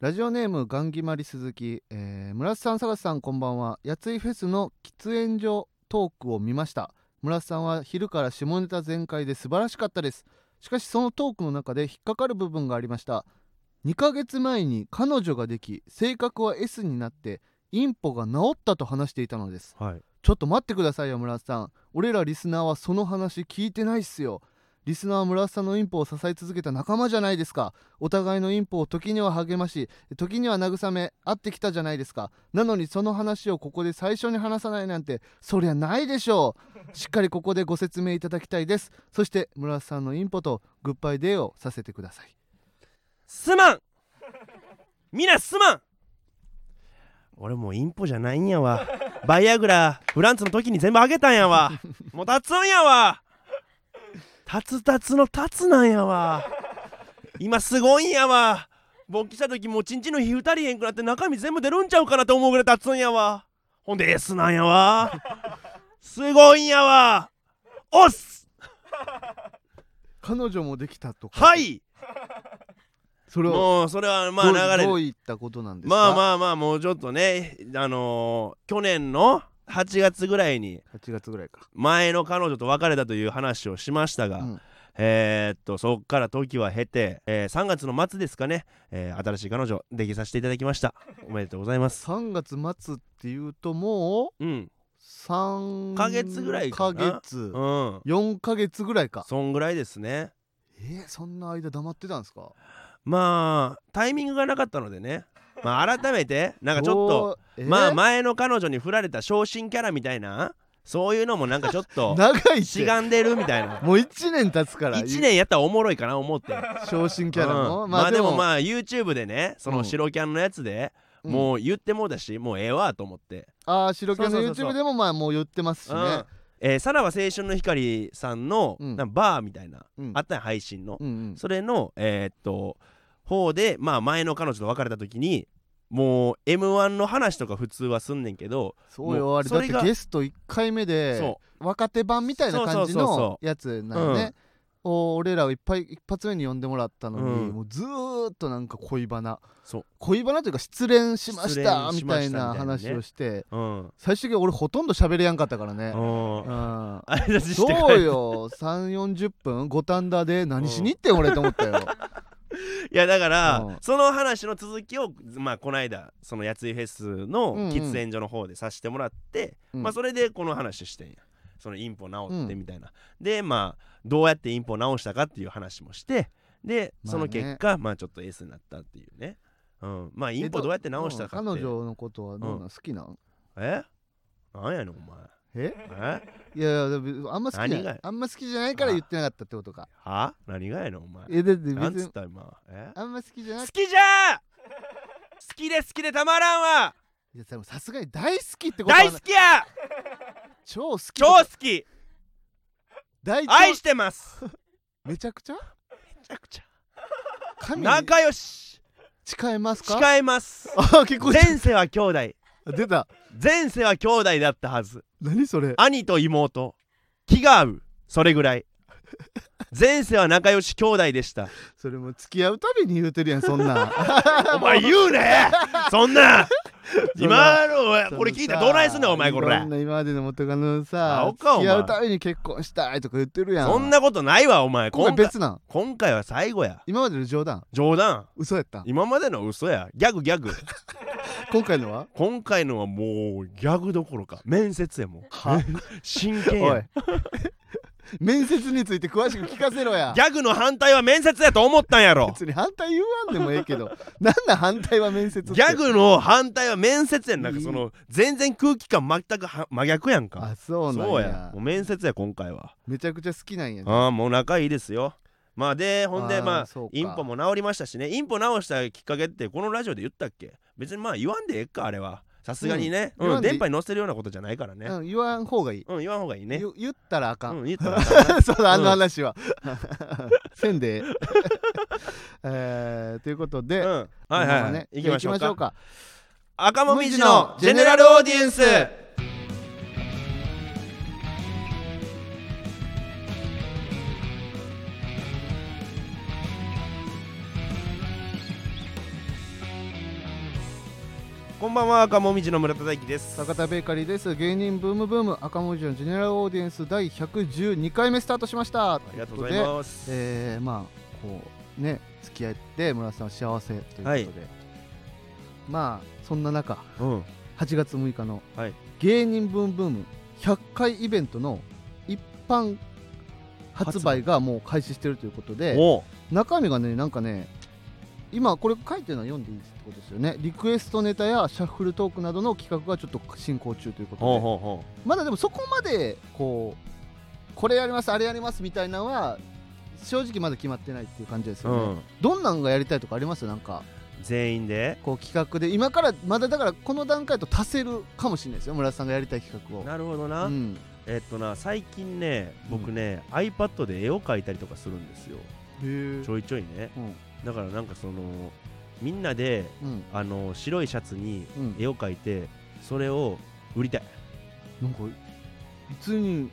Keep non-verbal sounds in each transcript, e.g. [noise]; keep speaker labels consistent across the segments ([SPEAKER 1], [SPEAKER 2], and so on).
[SPEAKER 1] ラジオネームガンギマリ鈴木、えー、村瀬さん探しさんこんばんはやついフェスの喫煙所トークを見ました村瀬さんは昼から下ネタ全開で素晴らしかったですしかしそのトークの中で引っかかる部分がありました2ヶ月前に彼女ができ性格は S になってインポが治ったと話していたのです
[SPEAKER 2] はい
[SPEAKER 1] ちょっと待ってくださいよ村瀬さん俺らリスナーはその話聞いてないっすよリスナーは村瀬さんのインポを支え続けた仲間じゃないですかお互いのインポを時には励まし時には慰め合ってきたじゃないですかなのにその話をここで最初に話さないなんてそりゃないでしょうしっかりここでご説明いただきたいですそして村瀬さんのインポとグッバイデーをさせてください
[SPEAKER 2] すまんみんなすまん俺もうインポじゃないんやわバイアグラフランツの時に全部あげたんやわもう立つんやわ立つ立つの立つなんやわ今すごいんやわ勃起した時もうちんちんの日たりへんくなって中身全部出るんちゃうかなと思うぐらい立つんやわほんで S なんやわすごいんやわおっす
[SPEAKER 1] 彼女もできたとか
[SPEAKER 2] はい
[SPEAKER 1] それは
[SPEAKER 2] もうそれはま
[SPEAKER 1] どう
[SPEAKER 2] あ流れ
[SPEAKER 1] どういったことなんですか
[SPEAKER 2] まあまあまあもうちょっとねあのー去年の8月ぐらいに
[SPEAKER 1] あ8月ぐらいか
[SPEAKER 2] 前の彼女と別れたという話をしましたが、
[SPEAKER 1] うん
[SPEAKER 2] えーっとそっから時は経て、えー3月の末ですかね、えー新しい彼女できさせていただきましたおめでとうございます
[SPEAKER 1] 3月末っていうとも
[SPEAKER 2] うん
[SPEAKER 1] う3
[SPEAKER 2] ヶ月ぐらいか
[SPEAKER 1] ヶ
[SPEAKER 2] な
[SPEAKER 1] 月
[SPEAKER 2] うん
[SPEAKER 1] 4ヶ月ぐらいか
[SPEAKER 2] そんぐらいですね
[SPEAKER 1] えー、そんな間黙ってたんですか
[SPEAKER 2] まあタイミングがなかったのでねまあ改めてなんかちょっと、
[SPEAKER 1] どうえー
[SPEAKER 2] まあ前の彼女に振られた昇進キャラみたいなそういうのもなんかちょっ
[SPEAKER 1] [laughs]
[SPEAKER 2] と
[SPEAKER 1] 長いって
[SPEAKER 2] しがんでるみたいな
[SPEAKER 1] もう1年経つから
[SPEAKER 2] 1年やったらおもろいかな思って
[SPEAKER 1] 昇進 [laughs] キャラの、
[SPEAKER 2] うんまあでもまあ YouTube でねそうの
[SPEAKER 1] ん
[SPEAKER 2] 白キャンのやつで
[SPEAKER 1] うん
[SPEAKER 2] もう言ってもうだしもうええわと思って、
[SPEAKER 1] ああ白キャの
[SPEAKER 2] そうそうそうそう
[SPEAKER 1] YouTube でもまあもう言ってますし
[SPEAKER 2] う
[SPEAKER 1] ね
[SPEAKER 2] んえーさらば青春の光さんの
[SPEAKER 1] うん
[SPEAKER 2] なんかバーみたいな
[SPEAKER 1] うん
[SPEAKER 2] あったん配信の
[SPEAKER 1] うんうん
[SPEAKER 2] それのえーっと方でまあ前の彼女と別れた時にもう m 1の話とか普通はすんねんけど
[SPEAKER 1] そうよ
[SPEAKER 2] もう
[SPEAKER 1] あれだ
[SPEAKER 2] そ
[SPEAKER 1] っ
[SPEAKER 2] れ
[SPEAKER 1] て
[SPEAKER 2] が
[SPEAKER 1] ゲスト1回目で
[SPEAKER 2] そ
[SPEAKER 1] 若手版みたいな感じ
[SPEAKER 2] そうそうそう
[SPEAKER 1] の
[SPEAKER 2] そ
[SPEAKER 1] やつなのねお俺らをいっぱい一発目に呼んでもらったのに、
[SPEAKER 2] うん
[SPEAKER 1] もうずーっとなんか恋バナ
[SPEAKER 2] うそう
[SPEAKER 1] 恋バナというか失恋しました
[SPEAKER 2] 失恋
[SPEAKER 1] み
[SPEAKER 2] しま
[SPEAKER 1] た
[SPEAKER 2] した
[SPEAKER 1] い
[SPEAKER 2] みたいな
[SPEAKER 1] な
[SPEAKER 2] ね
[SPEAKER 1] 話をして
[SPEAKER 2] うん
[SPEAKER 1] 最終的に俺ほとんど喋れやんかったからね
[SPEAKER 2] う、ん
[SPEAKER 1] うん、
[SPEAKER 2] あれだしして
[SPEAKER 1] そうよ3 4 0分五反田で何しに行ってん俺と思ったよ、
[SPEAKER 2] いやだから、
[SPEAKER 1] うん
[SPEAKER 2] その話の続きをまあこの間そのやついフェスの
[SPEAKER 1] うんうん
[SPEAKER 2] 喫煙所の方でさせてもらって、
[SPEAKER 1] うん
[SPEAKER 2] まあそれでこの話してんやそのインポ治って
[SPEAKER 1] うん
[SPEAKER 2] みたいな、でまあどうやってインポ治したかっていう話もしてで
[SPEAKER 1] まあね
[SPEAKER 2] その結果、まあちょっとエースになったっていうね、うん、まあインポどうやって治したかって、
[SPEAKER 1] 彼女のことはどうなん、
[SPEAKER 2] う
[SPEAKER 1] 好きなん
[SPEAKER 2] えなんやねんお
[SPEAKER 1] え
[SPEAKER 2] 前え
[SPEAKER 1] いやいやでもあんま好きじゃ
[SPEAKER 2] 何
[SPEAKER 1] な
[SPEAKER 2] が
[SPEAKER 1] いあんま好きじゃないから言ってなかったってことか
[SPEAKER 2] は何がやねんお前
[SPEAKER 1] えだって別
[SPEAKER 2] なんつっ
[SPEAKER 1] に
[SPEAKER 2] た今え
[SPEAKER 1] あんま好きじゃな
[SPEAKER 2] 好
[SPEAKER 1] く
[SPEAKER 2] きじゃー好きで好きでたまらんわ
[SPEAKER 1] いやでもさすがに大好きってことはな
[SPEAKER 2] 大好きや
[SPEAKER 1] 超好き
[SPEAKER 2] 超好き
[SPEAKER 1] 大腸
[SPEAKER 2] 愛してます
[SPEAKER 1] めちゃくちゃ
[SPEAKER 2] めちゃくちゃ
[SPEAKER 1] 神に
[SPEAKER 2] 仲良し
[SPEAKER 1] 誓えますか
[SPEAKER 2] 誓います
[SPEAKER 1] あ結構
[SPEAKER 2] 前世は兄弟
[SPEAKER 1] 出た
[SPEAKER 2] 前世は兄弟だったはず
[SPEAKER 1] 何それ
[SPEAKER 2] 兄と妹気が合うそれぐらい前世は仲良し兄弟でした [laughs]
[SPEAKER 1] それも付き合うたびに言うてるやんそんなん
[SPEAKER 2] お前言うねそんな今のお前 [laughs] これ聞いたらどないすんねんお前こ
[SPEAKER 1] い
[SPEAKER 2] れ
[SPEAKER 1] ろんな今までの元カノさ
[SPEAKER 2] 青
[SPEAKER 1] 付
[SPEAKER 2] かお前
[SPEAKER 1] き合うために結婚したいとか言ってるやん
[SPEAKER 2] そんなことないわお前
[SPEAKER 1] 今
[SPEAKER 2] 今
[SPEAKER 1] 回
[SPEAKER 2] 回
[SPEAKER 1] 別なん
[SPEAKER 2] 今回は最後や
[SPEAKER 1] 今までの冗談
[SPEAKER 2] 冗談
[SPEAKER 1] 嘘やったん
[SPEAKER 2] 今までの嘘やギャグギャグ
[SPEAKER 1] 今回のは
[SPEAKER 2] 今回のはもうギャグどころか面接やもう
[SPEAKER 1] は
[SPEAKER 2] 真剣
[SPEAKER 1] お
[SPEAKER 2] や
[SPEAKER 1] い面接について詳しく聞かせろや
[SPEAKER 2] ギャグの反対は面接やと思ったん
[SPEAKER 1] [laughs]
[SPEAKER 2] やろ
[SPEAKER 1] 別に反対言わんでもええけどなんなん反対は面接って
[SPEAKER 2] ギャグの反対は面接やんなんか
[SPEAKER 1] いい
[SPEAKER 2] その全然空気感全くは真逆やんか
[SPEAKER 1] あそうなんや
[SPEAKER 2] もう面接や今回は
[SPEAKER 1] めちゃくちゃ好きなんやね
[SPEAKER 2] ああもう仲いいですよまあでほんで
[SPEAKER 1] あー
[SPEAKER 2] まあ
[SPEAKER 1] そうか
[SPEAKER 2] インポも治りましたしねインポ治したきっかけってこのラジオで言ったっけ別にまあ言わんでええかあれはさすがにね、
[SPEAKER 1] うん
[SPEAKER 2] うん
[SPEAKER 1] 言わんでいい
[SPEAKER 2] 電波に載せるようなことじゃないからね
[SPEAKER 1] うん言わん方がいい
[SPEAKER 2] うん、言わんほうがいいね
[SPEAKER 1] 言言ったらあか
[SPEAKER 2] うんん言ったらあかん
[SPEAKER 1] [laughs]
[SPEAKER 2] な
[SPEAKER 1] そうだあの話
[SPEAKER 2] [laughs]
[SPEAKER 1] は、せんでえええーということで、
[SPEAKER 2] うんはいはい、はい
[SPEAKER 1] ね
[SPEAKER 2] 行きましょう
[SPEAKER 1] 行きましょ
[SPEAKER 2] か
[SPEAKER 1] うか
[SPEAKER 2] 赤もみじのジェネラルオーディエンスこんばんは赤もみじの村田大樹です
[SPEAKER 1] 坂田ベーカリーです芸人ブームブーム赤文字のジェネラルオーディエンス第112回目スタートしましたあ
[SPEAKER 2] ありがとうございます、
[SPEAKER 1] えー、まあこうね付き合って村田さんは幸せということで、
[SPEAKER 2] はい
[SPEAKER 1] まあそんな中
[SPEAKER 2] うん
[SPEAKER 1] 8月6日の
[SPEAKER 2] はい
[SPEAKER 1] 芸人ブームブーム100回イベントの一般発売がもう開始してるということで
[SPEAKER 2] おう
[SPEAKER 1] 中身がねなんかね今これ書いてるのは読んでいいってことですよねリクエストネタやシャッフルトークなどの企画がちょっと進行中ということ
[SPEAKER 2] ほう
[SPEAKER 1] で
[SPEAKER 2] ほうほ
[SPEAKER 1] まだでもそこまでこうこれやりますあれやりますみたいなのは正直まだ決まってないっていう感じです
[SPEAKER 2] う、
[SPEAKER 1] よね、
[SPEAKER 2] うん、
[SPEAKER 1] どんなんがやりたいとかありますなんか
[SPEAKER 2] 全員で
[SPEAKER 1] こう企画で今からまだだからこの段階と足せるかもしれないですよ村田さんがやりたい企画を
[SPEAKER 2] なるほどな、
[SPEAKER 1] うん、
[SPEAKER 2] えっとな最近ね僕ね、iPad で絵を描いたりとかするんですよ
[SPEAKER 1] へえ
[SPEAKER 2] ちょいちょいね
[SPEAKER 1] うん
[SPEAKER 2] だからなんかそのみんなで
[SPEAKER 1] うん
[SPEAKER 2] あの白いシャツに
[SPEAKER 1] うん
[SPEAKER 2] 絵を描いてそれを売りたい
[SPEAKER 1] なんか別に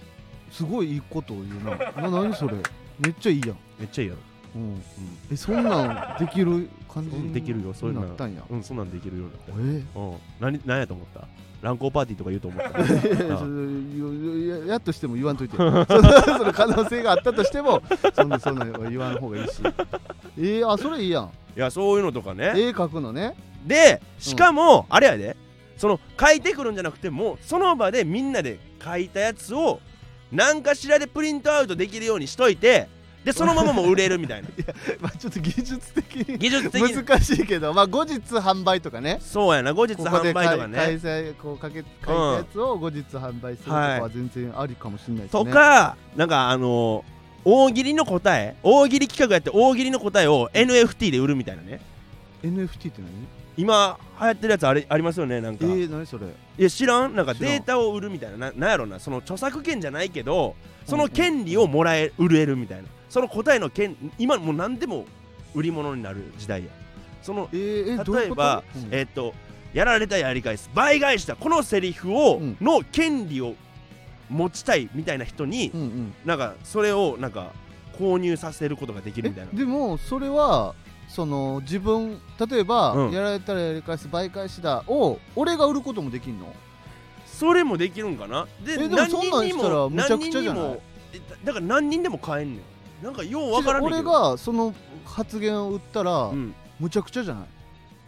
[SPEAKER 1] すごいいいことを言うなな何それめっちゃいいやん、
[SPEAKER 2] めっちゃいいやろ、
[SPEAKER 1] うん、えそんなんできる感じ
[SPEAKER 2] うん、できるよそういう
[SPEAKER 1] に
[SPEAKER 2] の
[SPEAKER 1] なったんや、
[SPEAKER 2] うんそんなんできるようになった
[SPEAKER 1] え
[SPEAKER 2] ようん、何何やと思った乱交パーティーとか言うと思った
[SPEAKER 1] [laughs] いやややっとしても言わんといて [laughs] そのその可能性があったとしてもそんなそんな言わん方がいいしえー、あそれいいやん
[SPEAKER 2] いやそういうのとかね
[SPEAKER 1] 絵描くの
[SPEAKER 2] [laughs]
[SPEAKER 1] ね
[SPEAKER 2] でしかも、あれやでその書いてくるんじゃなくてもうその場でみんなで書いたやつを何かしらでプリントアウトできるようにしといてでそのままもう売れるみた
[SPEAKER 1] [laughs]
[SPEAKER 2] いな
[SPEAKER 1] まあちょっと技術的に
[SPEAKER 2] 技術的に
[SPEAKER 1] 難しいけどまあ後日販売とかね
[SPEAKER 2] そうやな後日
[SPEAKER 1] ここで
[SPEAKER 2] 販売とか
[SPEAKER 1] 開
[SPEAKER 2] ね
[SPEAKER 1] 催こうかけ書いたやつを後日販売するとか
[SPEAKER 2] は
[SPEAKER 1] はい全然ありかもしれないですね。
[SPEAKER 2] とかなんかあのー大喜利の答え大喜利企画やって大喜利の答えを NFT で売るみたいなね
[SPEAKER 1] NFT って何？
[SPEAKER 2] 今流行ってるやつあれありますよねなんか、
[SPEAKER 1] えー、何それ？
[SPEAKER 2] いや知らんなんか
[SPEAKER 1] 知らん
[SPEAKER 2] データを売るみたいなななんやろなその著作権じゃないけどその権利をもらえ売れるみたいなその答えの権今もう何でも売り物になる時代やその
[SPEAKER 1] えー、えー、どうい
[SPEAKER 2] 例え
[SPEAKER 1] うこと
[SPEAKER 2] ば、
[SPEAKER 1] うん
[SPEAKER 2] えっとやられたやり返す倍返したこのセリフを、
[SPEAKER 1] うん
[SPEAKER 2] の権利を持ちたいみたいな人に、
[SPEAKER 1] うんうん。
[SPEAKER 2] なんかそれをなんか購入させることができるみたいな
[SPEAKER 1] えでもそれはその自分例えば、
[SPEAKER 2] うん
[SPEAKER 1] やられたらやり返す倍返しだを俺が売ることもできんの？
[SPEAKER 2] それもできるんかなで
[SPEAKER 1] えでも
[SPEAKER 2] 何
[SPEAKER 1] そんな
[SPEAKER 2] 人
[SPEAKER 1] ん
[SPEAKER 2] に
[SPEAKER 1] した
[SPEAKER 2] も
[SPEAKER 1] らむちゃ
[SPEAKER 2] 何
[SPEAKER 1] く
[SPEAKER 2] 人
[SPEAKER 1] ちゃじ
[SPEAKER 2] に
[SPEAKER 1] ゃない
[SPEAKER 2] もえだだから何人でも買えんねんなんかようわからんねん
[SPEAKER 1] 俺
[SPEAKER 2] けど
[SPEAKER 1] がその発言を売ったら、
[SPEAKER 2] うん
[SPEAKER 1] むちゃくちゃじゃない？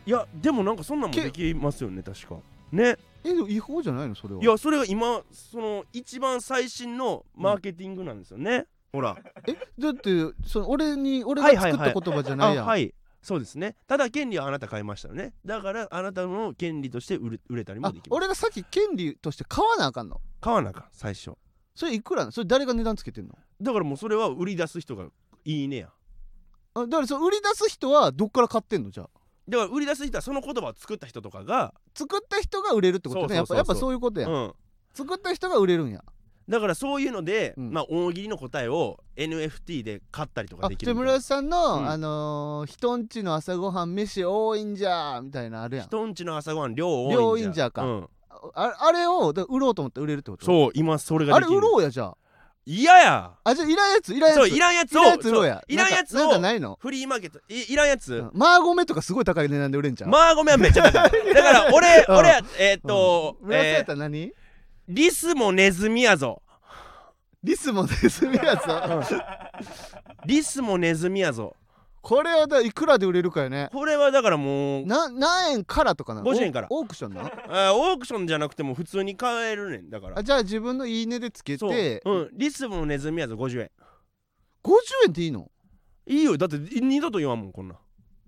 [SPEAKER 2] いやでもなんかそんなんも
[SPEAKER 1] け
[SPEAKER 2] できますよね確かね
[SPEAKER 1] えでも違法じゃないのそれは？
[SPEAKER 2] いやそれが今その一番最新のマーケティングなんですよね、ほら
[SPEAKER 1] えだってその俺に俺が
[SPEAKER 2] はいは
[SPEAKER 1] 作
[SPEAKER 2] い
[SPEAKER 1] っ
[SPEAKER 2] はい
[SPEAKER 1] た言葉じゃ
[SPEAKER 2] あ
[SPEAKER 1] ないやん。
[SPEAKER 2] はいそうですねただ権利はあなた買いましたよねだからあなたの権利として売れ売れたりも
[SPEAKER 1] あ
[SPEAKER 2] できます
[SPEAKER 1] 俺がさっき権利として買わなあかんの
[SPEAKER 2] 買わなあかん最初
[SPEAKER 1] それいくらなのそれ誰が値段つけてんの
[SPEAKER 2] だからもうそれは売り出す人がいいねや
[SPEAKER 1] あだからその売り出す人はどっから買ってんのじゃあ
[SPEAKER 2] だから売り出す人はその言葉を作った人とかが
[SPEAKER 1] 作った人が売れるってことねや
[SPEAKER 2] そう
[SPEAKER 1] っ
[SPEAKER 2] そ
[SPEAKER 1] ぱ
[SPEAKER 2] う
[SPEAKER 1] やっぱそう
[SPEAKER 2] そうそう
[SPEAKER 1] いうこと
[SPEAKER 2] う
[SPEAKER 1] や、ん、
[SPEAKER 2] ん
[SPEAKER 1] 作った人が売れるんや
[SPEAKER 2] だからそういうので、
[SPEAKER 1] うん
[SPEAKER 2] まあ大喜利の答えを NFT で買ったりとか
[SPEAKER 1] あ
[SPEAKER 2] でき
[SPEAKER 1] じゃ
[SPEAKER 2] る
[SPEAKER 1] あ
[SPEAKER 2] みたい
[SPEAKER 1] 村
[SPEAKER 2] な
[SPEAKER 1] 田さんの、
[SPEAKER 2] うん
[SPEAKER 1] あのー人んちの朝ごはん飯多いんじゃーみたいなあるやん
[SPEAKER 2] 人んちの朝ごはん量多いんじゃ
[SPEAKER 1] 量多いんじゃか
[SPEAKER 2] うん
[SPEAKER 1] ああれをだから売ろうと思って売れるってこと
[SPEAKER 2] そう今それが
[SPEAKER 1] あ
[SPEAKER 2] で
[SPEAKER 1] れ
[SPEAKER 2] きる
[SPEAKER 1] 売ろうやじゃあ
[SPEAKER 2] 嫌や
[SPEAKER 1] あじゃあいらんやついらんやつ
[SPEAKER 2] そういらんやつを
[SPEAKER 1] いらんやつ売ろうや
[SPEAKER 2] そういらんやつ
[SPEAKER 1] なんかなんか
[SPEAKER 2] を
[SPEAKER 1] ないの、
[SPEAKER 2] フリーマーケットいいらんやつ、
[SPEAKER 1] うんマーゴメとかすごい高い値段で売れんじゃん、
[SPEAKER 2] まあごめんめっちゃ高
[SPEAKER 1] [laughs]
[SPEAKER 2] いだから俺
[SPEAKER 1] うん
[SPEAKER 2] 俺やえーっと、
[SPEAKER 1] 村田さん
[SPEAKER 2] え
[SPEAKER 1] やっ
[SPEAKER 2] ー
[SPEAKER 1] たら何、
[SPEAKER 2] リスもネズミやぞ
[SPEAKER 1] リスもネズミやつ
[SPEAKER 2] リスもネズミやぞ
[SPEAKER 1] これはだいくらで売れるかよね
[SPEAKER 2] これはだからもう
[SPEAKER 1] な何円からとかなの
[SPEAKER 2] 50円から
[SPEAKER 1] オオークションなの
[SPEAKER 2] あーオークションじゃなくても普通に買えるねんだから
[SPEAKER 1] あじゃあ自分のいいねでつけ
[SPEAKER 2] そう、
[SPEAKER 1] て、
[SPEAKER 2] うん、リスもネズミやぞ50円
[SPEAKER 1] 50円でいいの
[SPEAKER 2] いいよだってい二度と言わんもんこんなん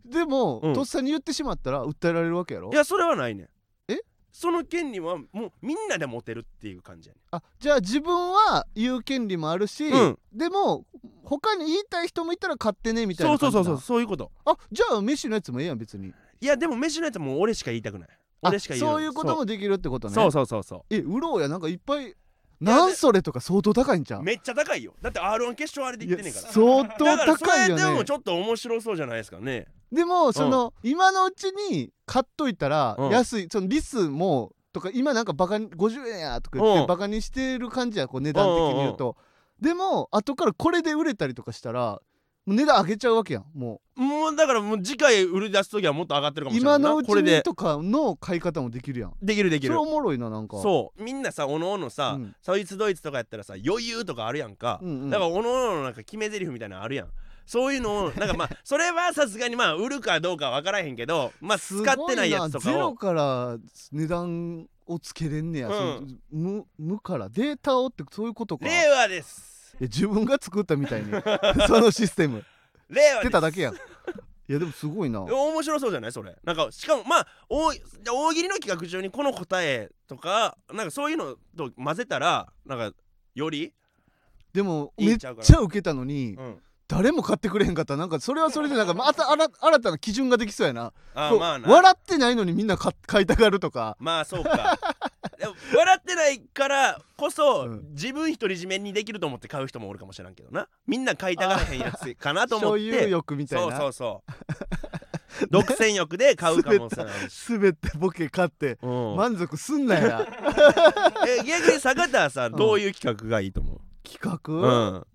[SPEAKER 1] でも、
[SPEAKER 2] うん
[SPEAKER 1] とっさに言ってしまったら訴えられるわけやろ
[SPEAKER 2] いやそれはないねん
[SPEAKER 1] え
[SPEAKER 2] その権利はもうみんなで持てるっていう感じやねん
[SPEAKER 1] あじゃあ自分は言う権利もあるし、
[SPEAKER 2] うん
[SPEAKER 1] でも他に言いたい人もいたら買ってねみたい
[SPEAKER 2] そ
[SPEAKER 1] な
[SPEAKER 2] うそ
[SPEAKER 1] 感
[SPEAKER 2] う
[SPEAKER 1] じな
[SPEAKER 2] そうそうそういうこと
[SPEAKER 1] あじゃあ飯のやつもええやん別に
[SPEAKER 2] いやでも飯のやつはもう俺しか言いたくない
[SPEAKER 1] あ
[SPEAKER 2] 俺しか言
[SPEAKER 1] そういうこともできるってこと
[SPEAKER 2] そう
[SPEAKER 1] ね
[SPEAKER 2] そうそうそうそ
[SPEAKER 1] え売ろうやなんかいっぱい
[SPEAKER 2] や
[SPEAKER 1] なんそれとか相当高いんじゃ
[SPEAKER 2] うんめっちゃ高いよだって R1 決勝あれで
[SPEAKER 1] い
[SPEAKER 2] 言っ
[SPEAKER 1] や
[SPEAKER 2] てんねんから
[SPEAKER 1] 相当
[SPEAKER 2] だからそ
[SPEAKER 1] 高い
[SPEAKER 2] れ
[SPEAKER 1] よね
[SPEAKER 2] でもちょっと面白そうじゃないですかね
[SPEAKER 1] でもその、今のうちに買っといたら
[SPEAKER 2] うん
[SPEAKER 1] 安い、そのリスもとか今なんかバカに50円やとか言っ
[SPEAKER 2] うん
[SPEAKER 1] てバカにしてる感じやこう値段的に言うと、でも後からこれで売れたりとかしたらもう値段上げちゃうわけやんも
[SPEAKER 2] もうだからもう次回売り出す時はもっと上がってる
[SPEAKER 1] う
[SPEAKER 2] かもしれな
[SPEAKER 1] 今
[SPEAKER 2] いな
[SPEAKER 1] のうち
[SPEAKER 2] これ
[SPEAKER 1] に
[SPEAKER 2] で
[SPEAKER 1] とかの買い方もできるやん
[SPEAKER 2] できるでき
[SPEAKER 1] そ
[SPEAKER 2] る
[SPEAKER 1] れおもろいななんか
[SPEAKER 2] そうみんなさおのおのさ、
[SPEAKER 1] うん
[SPEAKER 2] そいつドイツとかやったらさ余裕とかあるやんか、
[SPEAKER 1] うんうん
[SPEAKER 2] だからおのおのなんか決め台詞みたいなのあるやんそういうのをなんかまあそれはさすがにまあ売るかどうかわからへんけどまあ使ってないやつと
[SPEAKER 1] すごいなゼ
[SPEAKER 2] か
[SPEAKER 1] ロ
[SPEAKER 2] を
[SPEAKER 1] から値段をつけれんねや、
[SPEAKER 2] うん
[SPEAKER 1] その無無からデータをってそういうことかい
[SPEAKER 2] 令和です
[SPEAKER 1] や自分が作ったみた
[SPEAKER 2] [laughs]
[SPEAKER 1] いにそのシステム
[SPEAKER 2] 令和です
[SPEAKER 1] 出ただけやんいやでもすごいな
[SPEAKER 2] 面白そうじゃないそれなんかしかもまあ大大喜利の企画中にこの答えとかなんかそういうのと混ぜたらなんかより、
[SPEAKER 1] でも
[SPEAKER 2] いい
[SPEAKER 1] め
[SPEAKER 2] ん
[SPEAKER 1] っ
[SPEAKER 2] ちゃうかな
[SPEAKER 1] ちゃ受けたのに
[SPEAKER 2] うん、
[SPEAKER 1] 誰も買ってくれへんかったなんかそれはそれでなんかまた新新たな基準ができそうやな
[SPEAKER 2] あ
[SPEAKER 1] こ
[SPEAKER 2] ー
[SPEAKER 1] う
[SPEAKER 2] まあな
[SPEAKER 1] 笑ってないのにみんな買買いたがるとか
[SPEAKER 2] まあそうかでも笑ってないからこそ、
[SPEAKER 1] うん
[SPEAKER 2] 自分独り占めにできると思って買う人もおるかもしれんけどなみんな買いたがらへんやつかなと思っ
[SPEAKER 1] [laughs] 所
[SPEAKER 2] て
[SPEAKER 1] 有欲みたい
[SPEAKER 2] そう
[SPEAKER 1] な
[SPEAKER 2] そうそう独占欲で買う可能性あ [laughs] るし、
[SPEAKER 1] 全てボケ買って
[SPEAKER 2] うん
[SPEAKER 1] 満足すんな
[SPEAKER 2] [laughs]
[SPEAKER 1] や
[SPEAKER 2] え逆に坂田はさ、
[SPEAKER 1] ん
[SPEAKER 2] どういう企画がいいと思
[SPEAKER 1] 企画、
[SPEAKER 2] ううん